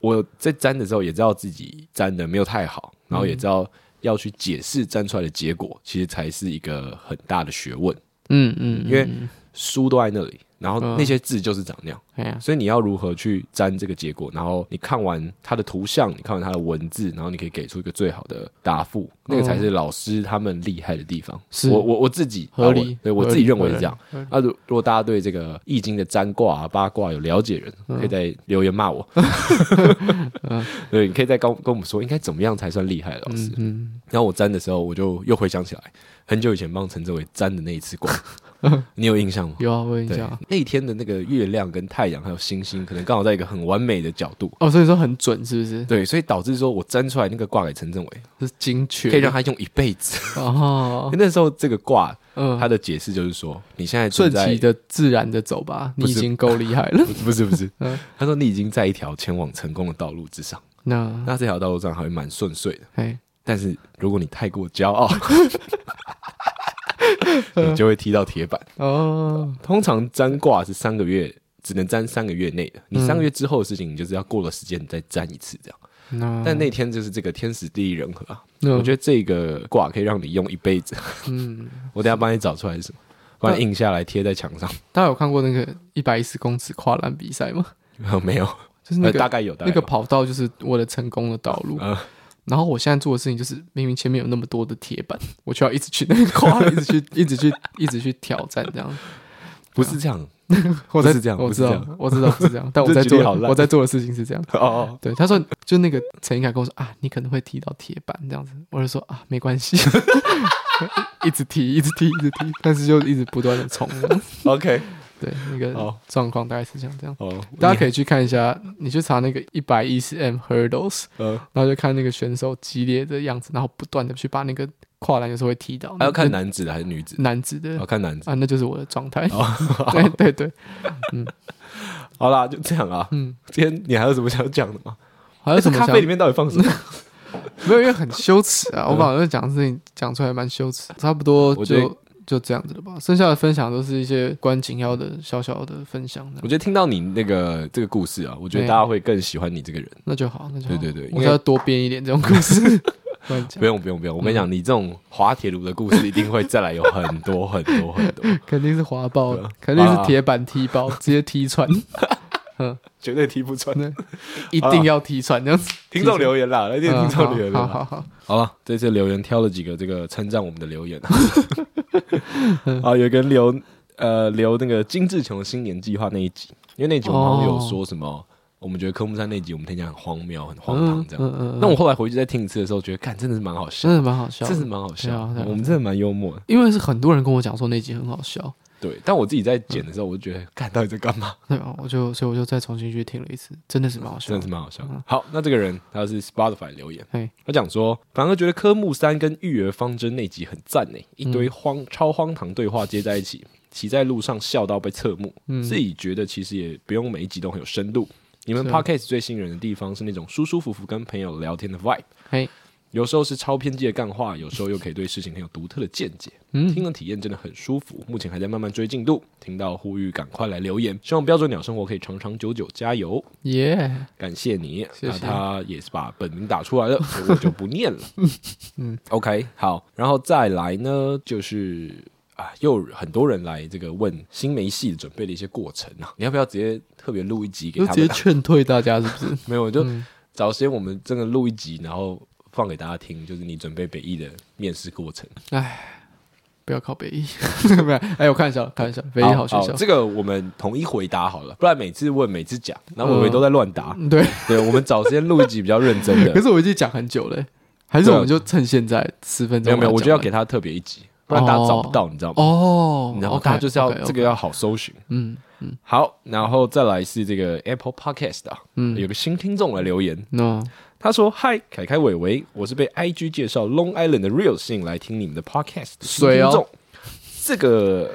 A: 我在粘的时候也知道自己粘的没有太好，然后也知道要去解释粘出来的结果，其实才是一个很大的学问。
B: 嗯，嗯嗯，
A: 因为书都在那里，然后那些字就是长那样，
B: 哎呀，
A: 所以你要如何去粘这个结果？然后你看完它的图像，你看完它的文字，然后你可以给出一个最好的答复，那个才是老师他们厉害的地方。
B: 是
A: 我我我自己
B: 合
A: 把
B: 理
A: 我，对我
B: 合理
A: 自己认为是这样。。
B: 合理合理
A: 啊，如如果大家对这个《易经》的占卦啊、八卦有了解人，
B: 嗯
A: 可以在留言 骂我。 对，你可以再跟跟我们说，应该怎么样才算厉害的老师。
B: 嗯，
A: 然后我占的时候，我就又回想起来，很久以前帮陈志伟占的那一次 卦，你有印象吗？
B: 有啊，我问一
A: 对
B: 下。，
A: 那天的那个月亮跟太阳还有星星，可能刚好在一个很完美的角度。
B: 哦，所以说很准，是不是？
A: 对，所以导致说我占出来那个卦给陈政伟，
B: 是精确的，
A: 可以让他用一辈子。
B: 哦，
A: 那时候这个卦，
B: 嗯，
A: 它的解释就是说，你现在正
B: 顺
A: 在
B: 其的自然的走吧，你
A: 不
B: 已
A: 是
B: 经够厉害了。
A: 不是不是不是
B: 嗯，
A: 他说你已经在一条前往成功的道路之上，
B: 那
A: 那这条道路上还会蛮顺遂的。
B: 哎，
A: 但是如果你太过骄 傲， 你就会踢到铁板。
B: 哦，
A: 通常占卦是三个月，只能占三个月内的。你三个月之后的事情，你就是要过了时间你再占一次这样。
B: 那
A: 但那天就是这个天时地利人和啊，
B: 那
A: 我觉得这个卦可以让你用一辈子。
B: 嗯，
A: 我等一下帮你找出来是什么，帮你印下来贴在墙上。
B: 大家有看过那个一百一十公尺跨栏比赛吗？
A: 没有，
B: 就是那
A: 呃
B: 个
A: 大概有，大概有
B: 那个跑道就是我的成功的道路。
A: 嗯
B: 然后我现在做的事情就是，明明前面有那么多的铁板， 我却要一直去那边跨， 一直去，一直去，一直去挑战这样。
A: 不是
B: 啊
A: 这样。
B: 我在
A: 不是这样
B: 我
A: 不
B: 知
A: 是这
B: 道
A: 样，
B: 我知道不是这样，但我
A: 这
B: 在
A: 举
B: 做
A: 例好
B: 的，
A: 烂
B: 我在做的事情是这样。
A: 哦哦，
B: 对，他说就那个陈英凯跟我说啊，你可能会踢到铁板这样子，我就说啊，没关系， 一直踢，一直踢，一直踢，但是就一直不断的冲这样。
A: OK，
B: 对，那个
A: 好
B: 状况大概是像这样。
A: 哦，
B: 大家可以去看一下，你去查那个一百一十 M hurdles，
A: 呃，
B: 然后就看那个选手激烈的样子，然后不断的去把那个跨栏有时候会踢到。
A: 还要看
B: 那
A: 男子的还是女子？
B: 男子的
A: 要看男子。
B: 啊，那就是我的状态。
A: 哦
B: 对对对，
A: 好啦，就这样啊。
B: 嗯，
A: 今天你还有什么想讲的吗？
B: 还有什么
A: 咖
B: 想嗯
A: 啡里面到底放什么？
B: 没有，因为很羞耻啊！我把这讲的事情讲出来蛮羞耻，差不多
A: 我觉
B: 就
A: 得
B: 就这样子了吧。剩下的分享都是一些关紧要的小小的分享的
A: 我，觉得听到你那个这个故事啊，我觉得大家会更喜欢你这个人。
B: 那就好，那就好。
A: 对对对因
B: 我
A: 为
B: 要多编一点这种故事， 乱讲
A: 不，用不用不用，我跟你
B: 嗯
A: 讲，你这种滑铁卢的故事一定会再来有很多很多很多，
B: 肯定是滑爆
A: 对
B: 的
A: 啊，
B: 肯定是铁板踢爆，直接踢 穿，
A: 绝对踢不穿
B: 对一定要踢穿这样子。
A: 听众留言啦，来听听众留言
B: 嗯好
A: 啦。
B: 好好，
A: 好了，这次留言挑了几个这个称赞我们的留 言啊，啊，有一个人留呃留那个金志琼的新年计划那一集，因为那集我们好像有说什么，我们觉得科目三那集我们听起来很荒谬、很荒唐这样。
B: 嗯嗯，
A: 那我后来回去再听一次的时候，觉得看真的是蛮好笑
B: 真，的蛮好笑的，
A: 真是蛮好笑
B: 对啊对啊，
A: 我们真的蛮幽默的。
B: 因为是很多人跟我讲说那集很好笑，
A: 对，但我自己在剪的时候，我就觉得看到底在干嘛，
B: 对吧？我就所以我就再重新去听了一次，真的是蛮好笑
A: 真
B: 的
A: 的是。蛮好笑的。好，那这个人他是 Spotify 留言
B: 嘿，
A: 他讲说，反而觉
B: 嗯
A: 得科目三跟育儿方针那集很赞呢，一堆荒超荒唐对话接在一起，骑在路上笑到被侧目，
B: 嗯
A: 自己觉得其实也不用每一集都很有深度。你们
B: 是
A: podcast 最吸引人的地方是那种舒舒服服跟朋友聊天的 vibe，
B: 嘿，
A: 有时候是超偏激的干话，有时候又可以对事情很有独特的见解，
B: 嗯
A: 听的体验真的很舒服。目前还在慢慢追进度，听到呼吁赶快来留言，希望标准鸟生活可以长长久久，加油！
B: 耶、
A: 感谢你，
B: 谢
A: 那
B: 谢
A: 他也是把本名打出 来了，所以我就不念了。嗯，OK，好，然后再来呢，就是啊，又有很多人来这个问新媒系准备的一些过程啊，你要不要直接特别录一集给
B: 就
A: 他
B: 直
A: 们
B: 接
A: 啊？
B: 嗯劝退大家是不是？
A: 没有，我就找时间我们真的录一集，然后放给大家听，就是你准备北艺的面试过程。
B: 不要考北医， 没有，哎，我看一下，看一下，北医好学校，
A: 这个我们统一回答好了，不然每次问每次讲，然后我们都在乱答。
B: 嗯对。
A: 对，我们找时间录一集比较认真的
B: 可。是我已经讲很久了、欸还是我们就趁现在十分
A: 没
B: 钟
A: 有啊
B: 把它讲完？
A: 没有，我就要给他特别一集，不然大家找不到，你知道吗？
B: 哦，
A: 然后他就是要
B: OK，OK，OK
A: 这个要好搜寻。
B: 嗯，
A: 好，然后再来是这个 Apple Podcast 啊，
B: 嗯
A: 有个新听众来留言，
B: 那
A: 他说：“嗨，凯凯伟伟，我是被 IG 介绍 Long Island 的 Real 吸引来听你们的 Podcast 的新
B: 水
A: 听
B: 哦
A: 众，这个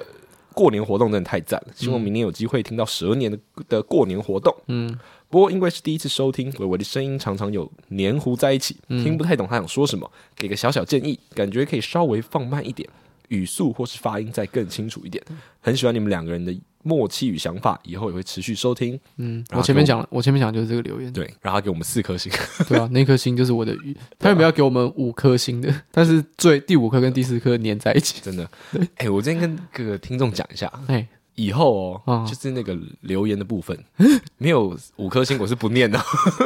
A: 过年活动真的太赞了，希望明年有机会听到蛇年的的过年活动。
B: 嗯
A: 不过因为是第一次收听，伟伟的声音常常有黏糊在一起，
B: 嗯
A: 听不太懂他想说什么，给个小小建议，感觉可以稍微放慢一点，语速或是发音再更清楚一
B: 嗯
A: 点。很喜欢你们两个人的默契与想法，以后也会持续收听。
B: 嗯，
A: 然后
B: 我前面讲了，我前面讲的就是这个留言，
A: 对，啊然后他给我们四颗星，
B: 对啊，那颗星就是我的 鱼，他有没有给我们五颗星的？但是最第五颗跟第四颗粘在 一起，
A: 真的。哎、我今天跟各个听众讲一下，
B: 哎，
A: 以后哦
B: 嗯，
A: 就是那个留言的部分， 没有五颗星我是不念的。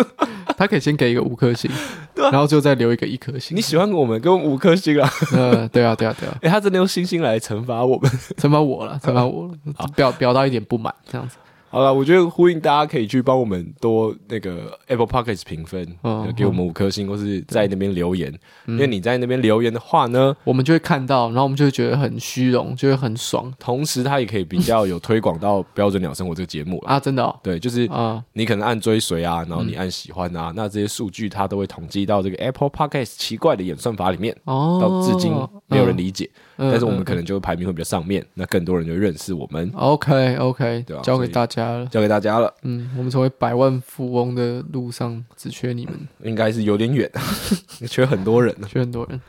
B: 他可以先给一个五颗星，然后就再留一个一颗星
A: 啊你。喜欢我们，给我们五颗星啊！
B: 呃，对啊，对啊，对啊，
A: 哎、他真的用星星来惩罚我们。
B: 惩罚我了，惩罚我了，表表达一点不满这样子。
A: 好了，我觉得呼应大家可以去帮我们多那个 Apple p o c k e t 评分，
B: 嗯
A: 呃给我们五颗星，或是在那边留言。因为你在那边留言的话呢，
B: 我们就会看到，然后我们就会觉得很虚荣，就会很爽
A: 同时它也可以比较有推广到《标准鸟生活》这个节目啦。
B: 啊！真的哦，
A: 对，就是
B: 啊，
A: 你可能按追随啊，然后
B: 嗯
A: 你按喜欢啊，那这些数据它都会统计到这个 Apple Podcast 奇怪的演算法里面，
B: 哦，
A: 到至今没有人
B: 嗯，
A: 理解，
B: 嗯
A: 但是我们
B: 嗯
A: 可能就排名会比较上面，那更多人就认识我们，
B: OK OK，
A: 对啊
B: 交
A: 所
B: 给
A: 以
B: 大家了。
A: 交给大家了，
B: 嗯，我们成为百万富翁的路上只缺你们，
A: 应该是有点远， 缺很多人呢。
B: 缺很多人。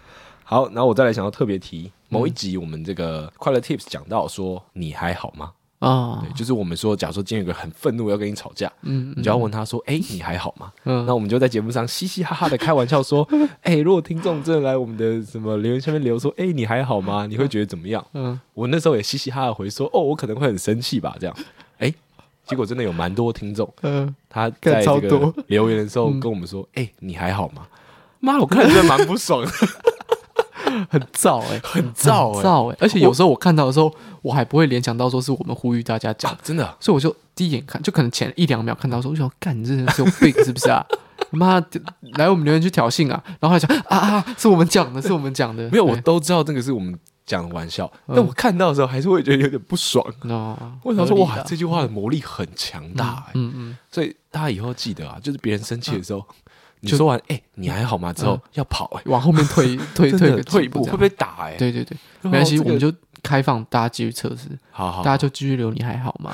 A: 好，然后我再来想要特别提某一集，我们这个快乐 Tips 讲到说你还好吗？
B: 啊
A: 对，，就是我们说，假如说今天有个人很愤怒要跟你吵架，
B: 嗯
A: 你就要问他说：“哎、你还好吗？”
B: 嗯
A: 那我们就在节目上嘻嘻哈哈的开玩笑 说：“哎、如果听众真的来我们的什么留言下面留说‘哎、你还好吗’，你会觉得怎么样
B: 嗯，？”
A: 我那时候也嘻嘻哈哈地回说：“哦，我可能会很生气吧。”这样，哎、结果真的有蛮多听众，
B: 呃，
A: 他在
B: 干超
A: 这
B: 多
A: 个留言的时候跟我们说：“哎、你还好吗？”妈，我看着真的蛮不 爽的，
B: 很燥哎，很
A: 燥欸
B: 燥哎，而且有时候我看到的时候，我还不会联想到说是我们呼吁大家讲
A: 啊，，真的。
B: 所以我就第一眼看，就可能前一两秒看到的时候，我就想，干，你这人是有病是不是啊？ 妈的，来我们留言区挑衅啊！然后还想啊啊，是我们讲的，是我们讲的，
A: 没有，我
B: 对
A: 都知道那个是我们讲的玩笑，但我看到的时候还是会觉得有点不爽。
B: 哦，
A: 我想说，
B: 合理的
A: 哇，这句话的魔力很强大、欸
B: 嗯嗯，
A: 所以大家以后记得啊，就是别人生气的时候，你说完“哎、你还好吗”之后、
B: 嗯
A: 要跑、欸，
B: 往后 面退退
A: 真
B: 退
A: 的
B: 个
A: 退
B: 几
A: 一步
B: 这
A: 会
B: 样
A: 被打、欸，哎，
B: 对对
A: 对
B: 对，
A: 啊
B: 没关系，
A: 这
B: 我
A: 个哦
B: 们就开放大家继续测试，
A: 好好
B: 大，家就继续留你还好 吗？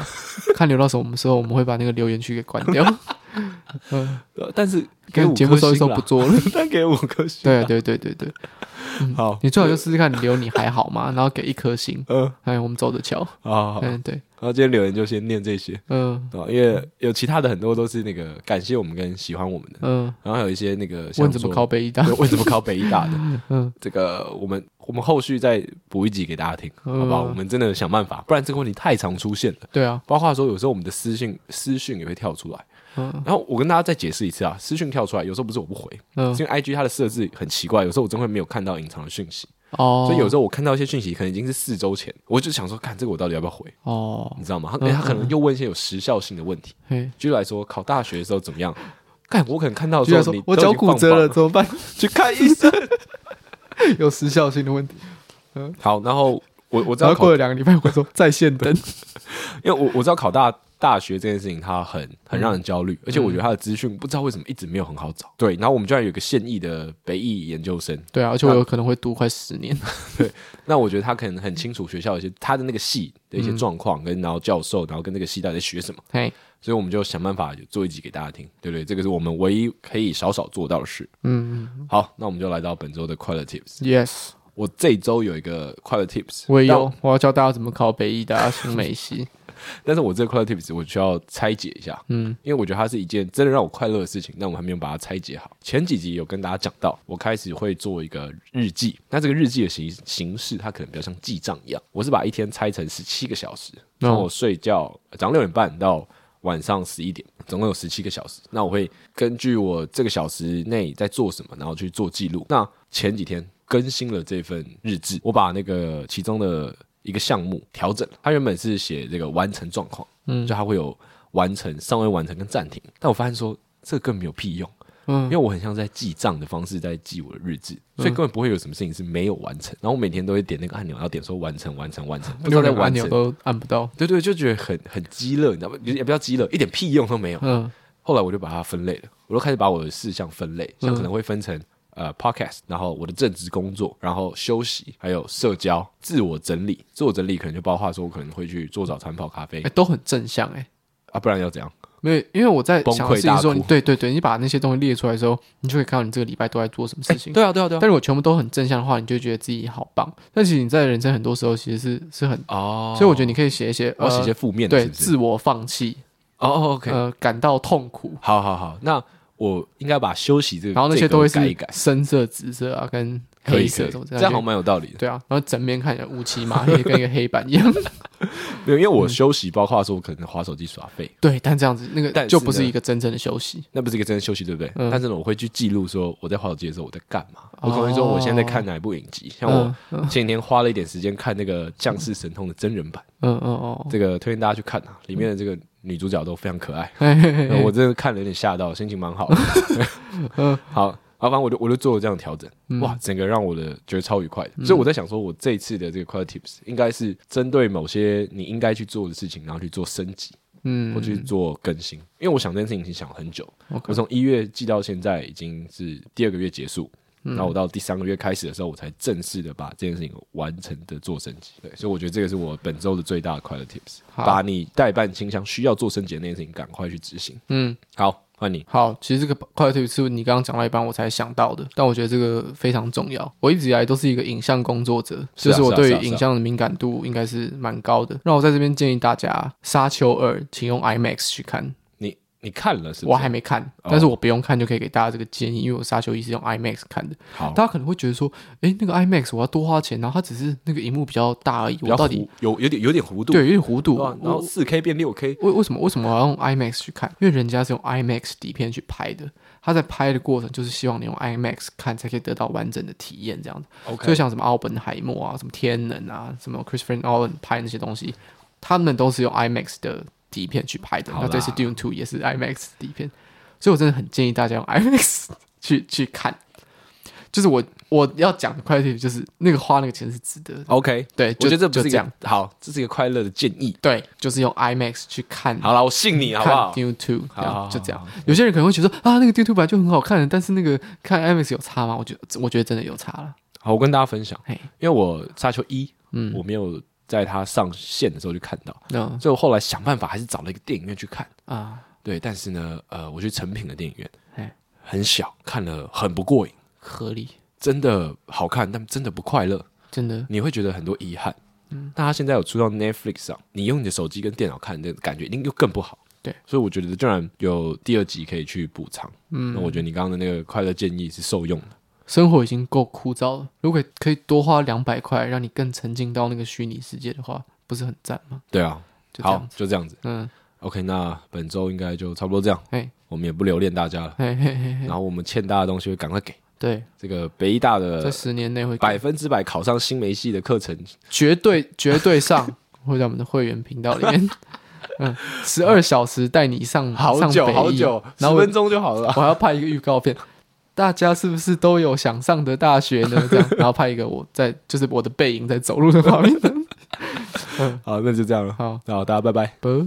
B: 看留到什么时候，我们会把那个留言区给关掉。嗯，
A: 呃但是给
B: 跟
A: 五
B: 节目
A: 颗
B: 收一
A: 星
B: 收
A: 啦哦
B: 不，做了。
A: 但给五颗星，
B: 对对对 对对，
A: 好，
B: 你最好就试试看，你留你还好吗？然后给一颗星，
A: 呃，
B: 哎，我们走着瞧。
A: 好好好，然
B: 嗯，对，
A: 后今天留言就先念这些。
B: 嗯
A: 啊，因为有其他的很多都是那个感谢我们跟喜欢我们的，
B: 嗯，
A: 然后还有一些那个像
B: 问怎么
A: 说
B: 靠北一大
A: 对， 为什么考北医大的？
B: 嗯
A: 这个我们我们后续再补一集给大家听，
B: 嗯
A: 好不好？我们真的想办法，不然这个问题太常出现了。
B: 对啊，
A: 包括说有时候我们的私讯私讯也会跳出来，
B: 嗯
A: 然后我跟大家再解释一次啊，私讯跳出来有时候不是我不回，
B: 嗯
A: 是因为 IG 它的设置很奇怪，有时候我真会没有看到隐藏的讯息，
B: 哦，
A: 所以有时候我看到一些讯息可能已经是四周前，我就想说，看这个我到底要不要回，
B: 哦
A: 你，知道吗？
B: 嗯
A: 他、欸、他可能又问一些有时效性的问题，
B: 嘿，
A: 举例来说，考大学的时候怎么样？看我可能看到的
B: 居
A: 时
B: 然
A: 候
B: 说
A: 你，
B: 我
A: 都已
B: 脚
A: 经
B: 骨
A: 放
B: 折
A: 榜
B: 了，怎么办？
A: 去看医生。
B: 有时效性的问题。
A: 好，然后我我知道
B: 然后
A: 考
B: 过了两个礼拜，我说在线等。
A: 因为我我知道考大大学这件事情它很很让人焦虑，
B: 嗯
A: 而且我觉得它的资讯不知道为什么一直没有很好找。对，然后我们居然有一个现役的北艺研究生，
B: 对啊，而且我有可能会读快十年。
A: 那我觉得他可能很清楚学校一些他的那个系的一些状况，跟然后教授，然后跟那个系到底在学什么，
B: 嘿，
A: 所以我们就想办法做一集给大家听，对不对？这个是我们唯一可以少少做到的事。
B: 嗯
A: 好，那我们就来到本周的快乐 tips。
B: ，yes，
A: 我这周有一个快乐 tips，
B: 我也
A: 但
B: 有，我要教大家怎么考北艺大新美 系。
A: 但是我这个快乐 tips 我需要拆解一下，
B: 嗯，
A: 因为我觉得它是一件真的让我快乐的事情，但我还没有把它拆解好。前几集有跟大家讲到，我开始会做一个日记，那这个日记的形形式，它可能比较像记账一样。我是把一天拆成十七个小时，
B: 嗯
A: 然后我睡觉早上六点半到晚上十一点，总共有十七个小时。那我会根据我这个小时内在做什么，然后去做记录。那前几天更新了这份日志，我把那个其中的一个项目调整了。它原本是写这个完成状况，嗯，就它会有完成、尚未完成跟暂停。但我发现说这更没有屁用，
B: 嗯
A: 因为我很像在记账的方式在记我的日志，所以根本不会有什么事情是没有完成。然后我每天都会点那个按钮，然后点说完成、完成、完成，不知道在
B: 按
A: 完
B: 钮
A: 成。
B: 都按不到。
A: 对对，就觉得很很鸡肋，你知道吗？也不叫鸡肋，一点屁用都没有。
B: 嗯
A: 后来我就把它分类了，我就开始把我的事项分类，
B: 嗯
A: 像可能会分成、呃 podcast，然后我的正职工作，然后休息，还有社交、自我整理。自我整理可能就包括说我可能会去做早餐、泡咖啡
B: 哎、都很正向哎、
A: 啊，不然要怎样？
B: 没有，因为我在想的事情
A: 崩溃大
B: 说，
A: 哭
B: 你对对对，你把那些东西列出来之后，你就可以看到你这个礼拜都在做什么事情。
A: 对啊，对啊，对啊
B: 但。如果全部都很正向的话，你就觉得自己好棒。但其实你在人生很多时候其实是是很，
A: 哦，
B: 所以我觉得你可以写一些，
A: 我要
B: 呃
A: 写一些负面的，
B: 对
A: 是不是
B: 自我放弃，
A: 哦哦，OK，
B: 呃，感到痛苦，
A: 好好好，那我应该把休息这个，
B: 然后那些
A: 这个
B: 都会
A: 改一
B: 是
A: 改，
B: 深色、紫色啊，跟
A: 可以
B: 黑
A: 可
B: 色
A: 以，
B: 什么
A: 这样好
B: 就
A: 像蛮有道理的。
B: 对啊，然后整面看起来乌漆嘛 黑，跟一个黑板一 样。
A: 没有，因为
B: 嗯
A: 我休息包括说我可能划手机耍废，
B: 对，但这样子那
A: 但
B: 个
A: 是
B: 就不是
A: 呢
B: 一个真正的休息。
A: 那不是一个真的休息，对不对？
B: 嗯
A: 但是呢，我会去记录说我在滑手机的时候我在干嘛。
B: 哦嗯
A: 我可能会说我现在在看哪一部影集，像我前几天花了一点时间看那个《降世神通》的真人版，
B: 嗯嗯哦，
A: 这个推荐大家去看啊，里面的这个女主角都非常可爱，
B: 嘿嘿嘿
A: 呃我真的看了有点吓到，心情蛮好的。
B: 嗯
A: 好，好，反正我就我就做了这样的调整，哇，整个让我的觉得超愉快的。
B: 嗯
A: 所以我在想说，我这一次的这个快乐 tips 应该是针对某些你应该去做的事情，然后去做升级。
B: 嗯
A: 我去做更新，因为我想这件事情已经想了很久。
B: OK
A: 我从一月记到现在已经是第二个月结束，
B: 嗯
A: 然后我到第三个月开始的时候，我才正式的把这件事情完成的做升级。对，所以我觉得这个是我本周的最大的快乐 tips，
B: 好
A: 把你代办清箱需要做升级的那件事情赶快去执行。
B: 嗯，
A: 好，换你。
B: 好，其实这个快乐 t 是你刚刚讲到一半我才想到的，但我觉得这个非常重要。我一直以来都是一个影像工作者，
A: 是啊
B: 就是我
A: 是啊
B: 对
A: 是啊
B: 于影像的敏感度应该是蛮高的。那我在这边建议大家，《沙丘二》请用 IMAX 去看，
A: 你你看了是不哦
B: 我
A: 是？
B: 还没看，但是我不用看就可以给大家这个建议，因为我《沙丘一》是用 IMAX 看的。
A: 好，
B: 大家可能会觉得说，诶，那个 IMAX 我要多花钱，然后它只是那个荧幕比较大而已，
A: 比较
B: 我到
A: 糊
B: 底
A: 有有点有点糊涂，
B: 对有点糊涂，
A: 对啊，然后
B: 我
A: 四 K 变六 K，
B: 为为什么为什么我要用 IMAX 去看？因为人家是用 IMAX 底片去拍的，他在拍的过程就是希望你用 IMAX 看才可以得到完整的体验，这样子。
A: OK
B: 所以像什么奥本海默啊、什么天能啊、什么 Christopher Nolan 拍那些东西，他们都是用 IMAX 的底片去拍的。
A: 好啦
B: 那这次 Dune Two 也是 IMAX 底片，所以我真的很建议大家用 IMAX 去去看。就是我我要讲的快点，就是那个花那个钱是值得的。
A: OK，
B: 对，
A: 我觉
B: 就
A: 得这不
B: 就是
A: 一
B: 这样
A: 个。好，这是一个快乐的建议。
B: 对，就是用 IMAX 去看
A: 好了，我信你好不好
B: 看？YouTube，
A: 好
B: 这
A: 好好
B: 样就这样。有些人可能会觉得啊，那个 YouTube 本来就很好看，但是那个看 IMAX 有差吗？我觉得我觉得真的有差了。
A: 好，我跟大家分享，
B: 嘿，
A: 因为我沙丘一，
B: 嗯
A: 我没有在它上线的时候就看到，
B: 那
A: 所以我后来想办法还是找了一个电影院去看。
B: 啊，
A: 对，但是呢，呃，我去成品的电影
B: 嘿
A: 院，很小，看了很不过瘾，
B: 合理，
A: 真的好看，但真的不快乐，
B: 真的
A: 你会觉得很多遗憾。
B: 嗯
A: 那它现在有出到 Netflix 上，你用你的手机跟电脑看，那感觉一定又更不好。
B: 对，
A: 所以我觉得居然有第二集可以去补偿。嗯，那我觉得你刚刚的那个快乐建议是受用的。
B: 生活已经够枯燥了。如果可以多花两百块，让你更沉浸到那个虚拟世界的话，不是很赞吗？
A: 对啊，
B: 就这
A: 好
B: 样，
A: 就这样子。
B: 嗯，
A: OK，那本周应该就差不多这样，
B: 嘿，
A: 我们也不留恋大家了。
B: 嘿嘿嘿嘿，
A: 然后我们欠大家的东西会赶快给
B: 对，
A: 这个北医大
B: 在
A: 的
B: 十年内会
A: 百分之百考上新媒系的课程，
B: 绝对绝对上，会在我们的会员频道里 面。嗯，十二小时带你上
A: 好
B: 上
A: 久
B: 北
A: 好
B: 艺
A: 久，十
B: 然后我
A: 分钟就好了。
B: 我还要拍一个预告片，大家是不是都有想上的大学呢？这样，然后拍一个我在就是我的背影在走路的画面。
A: 好，那就这样了，
B: 好，
A: 那好，大家拜拜。
B: 不。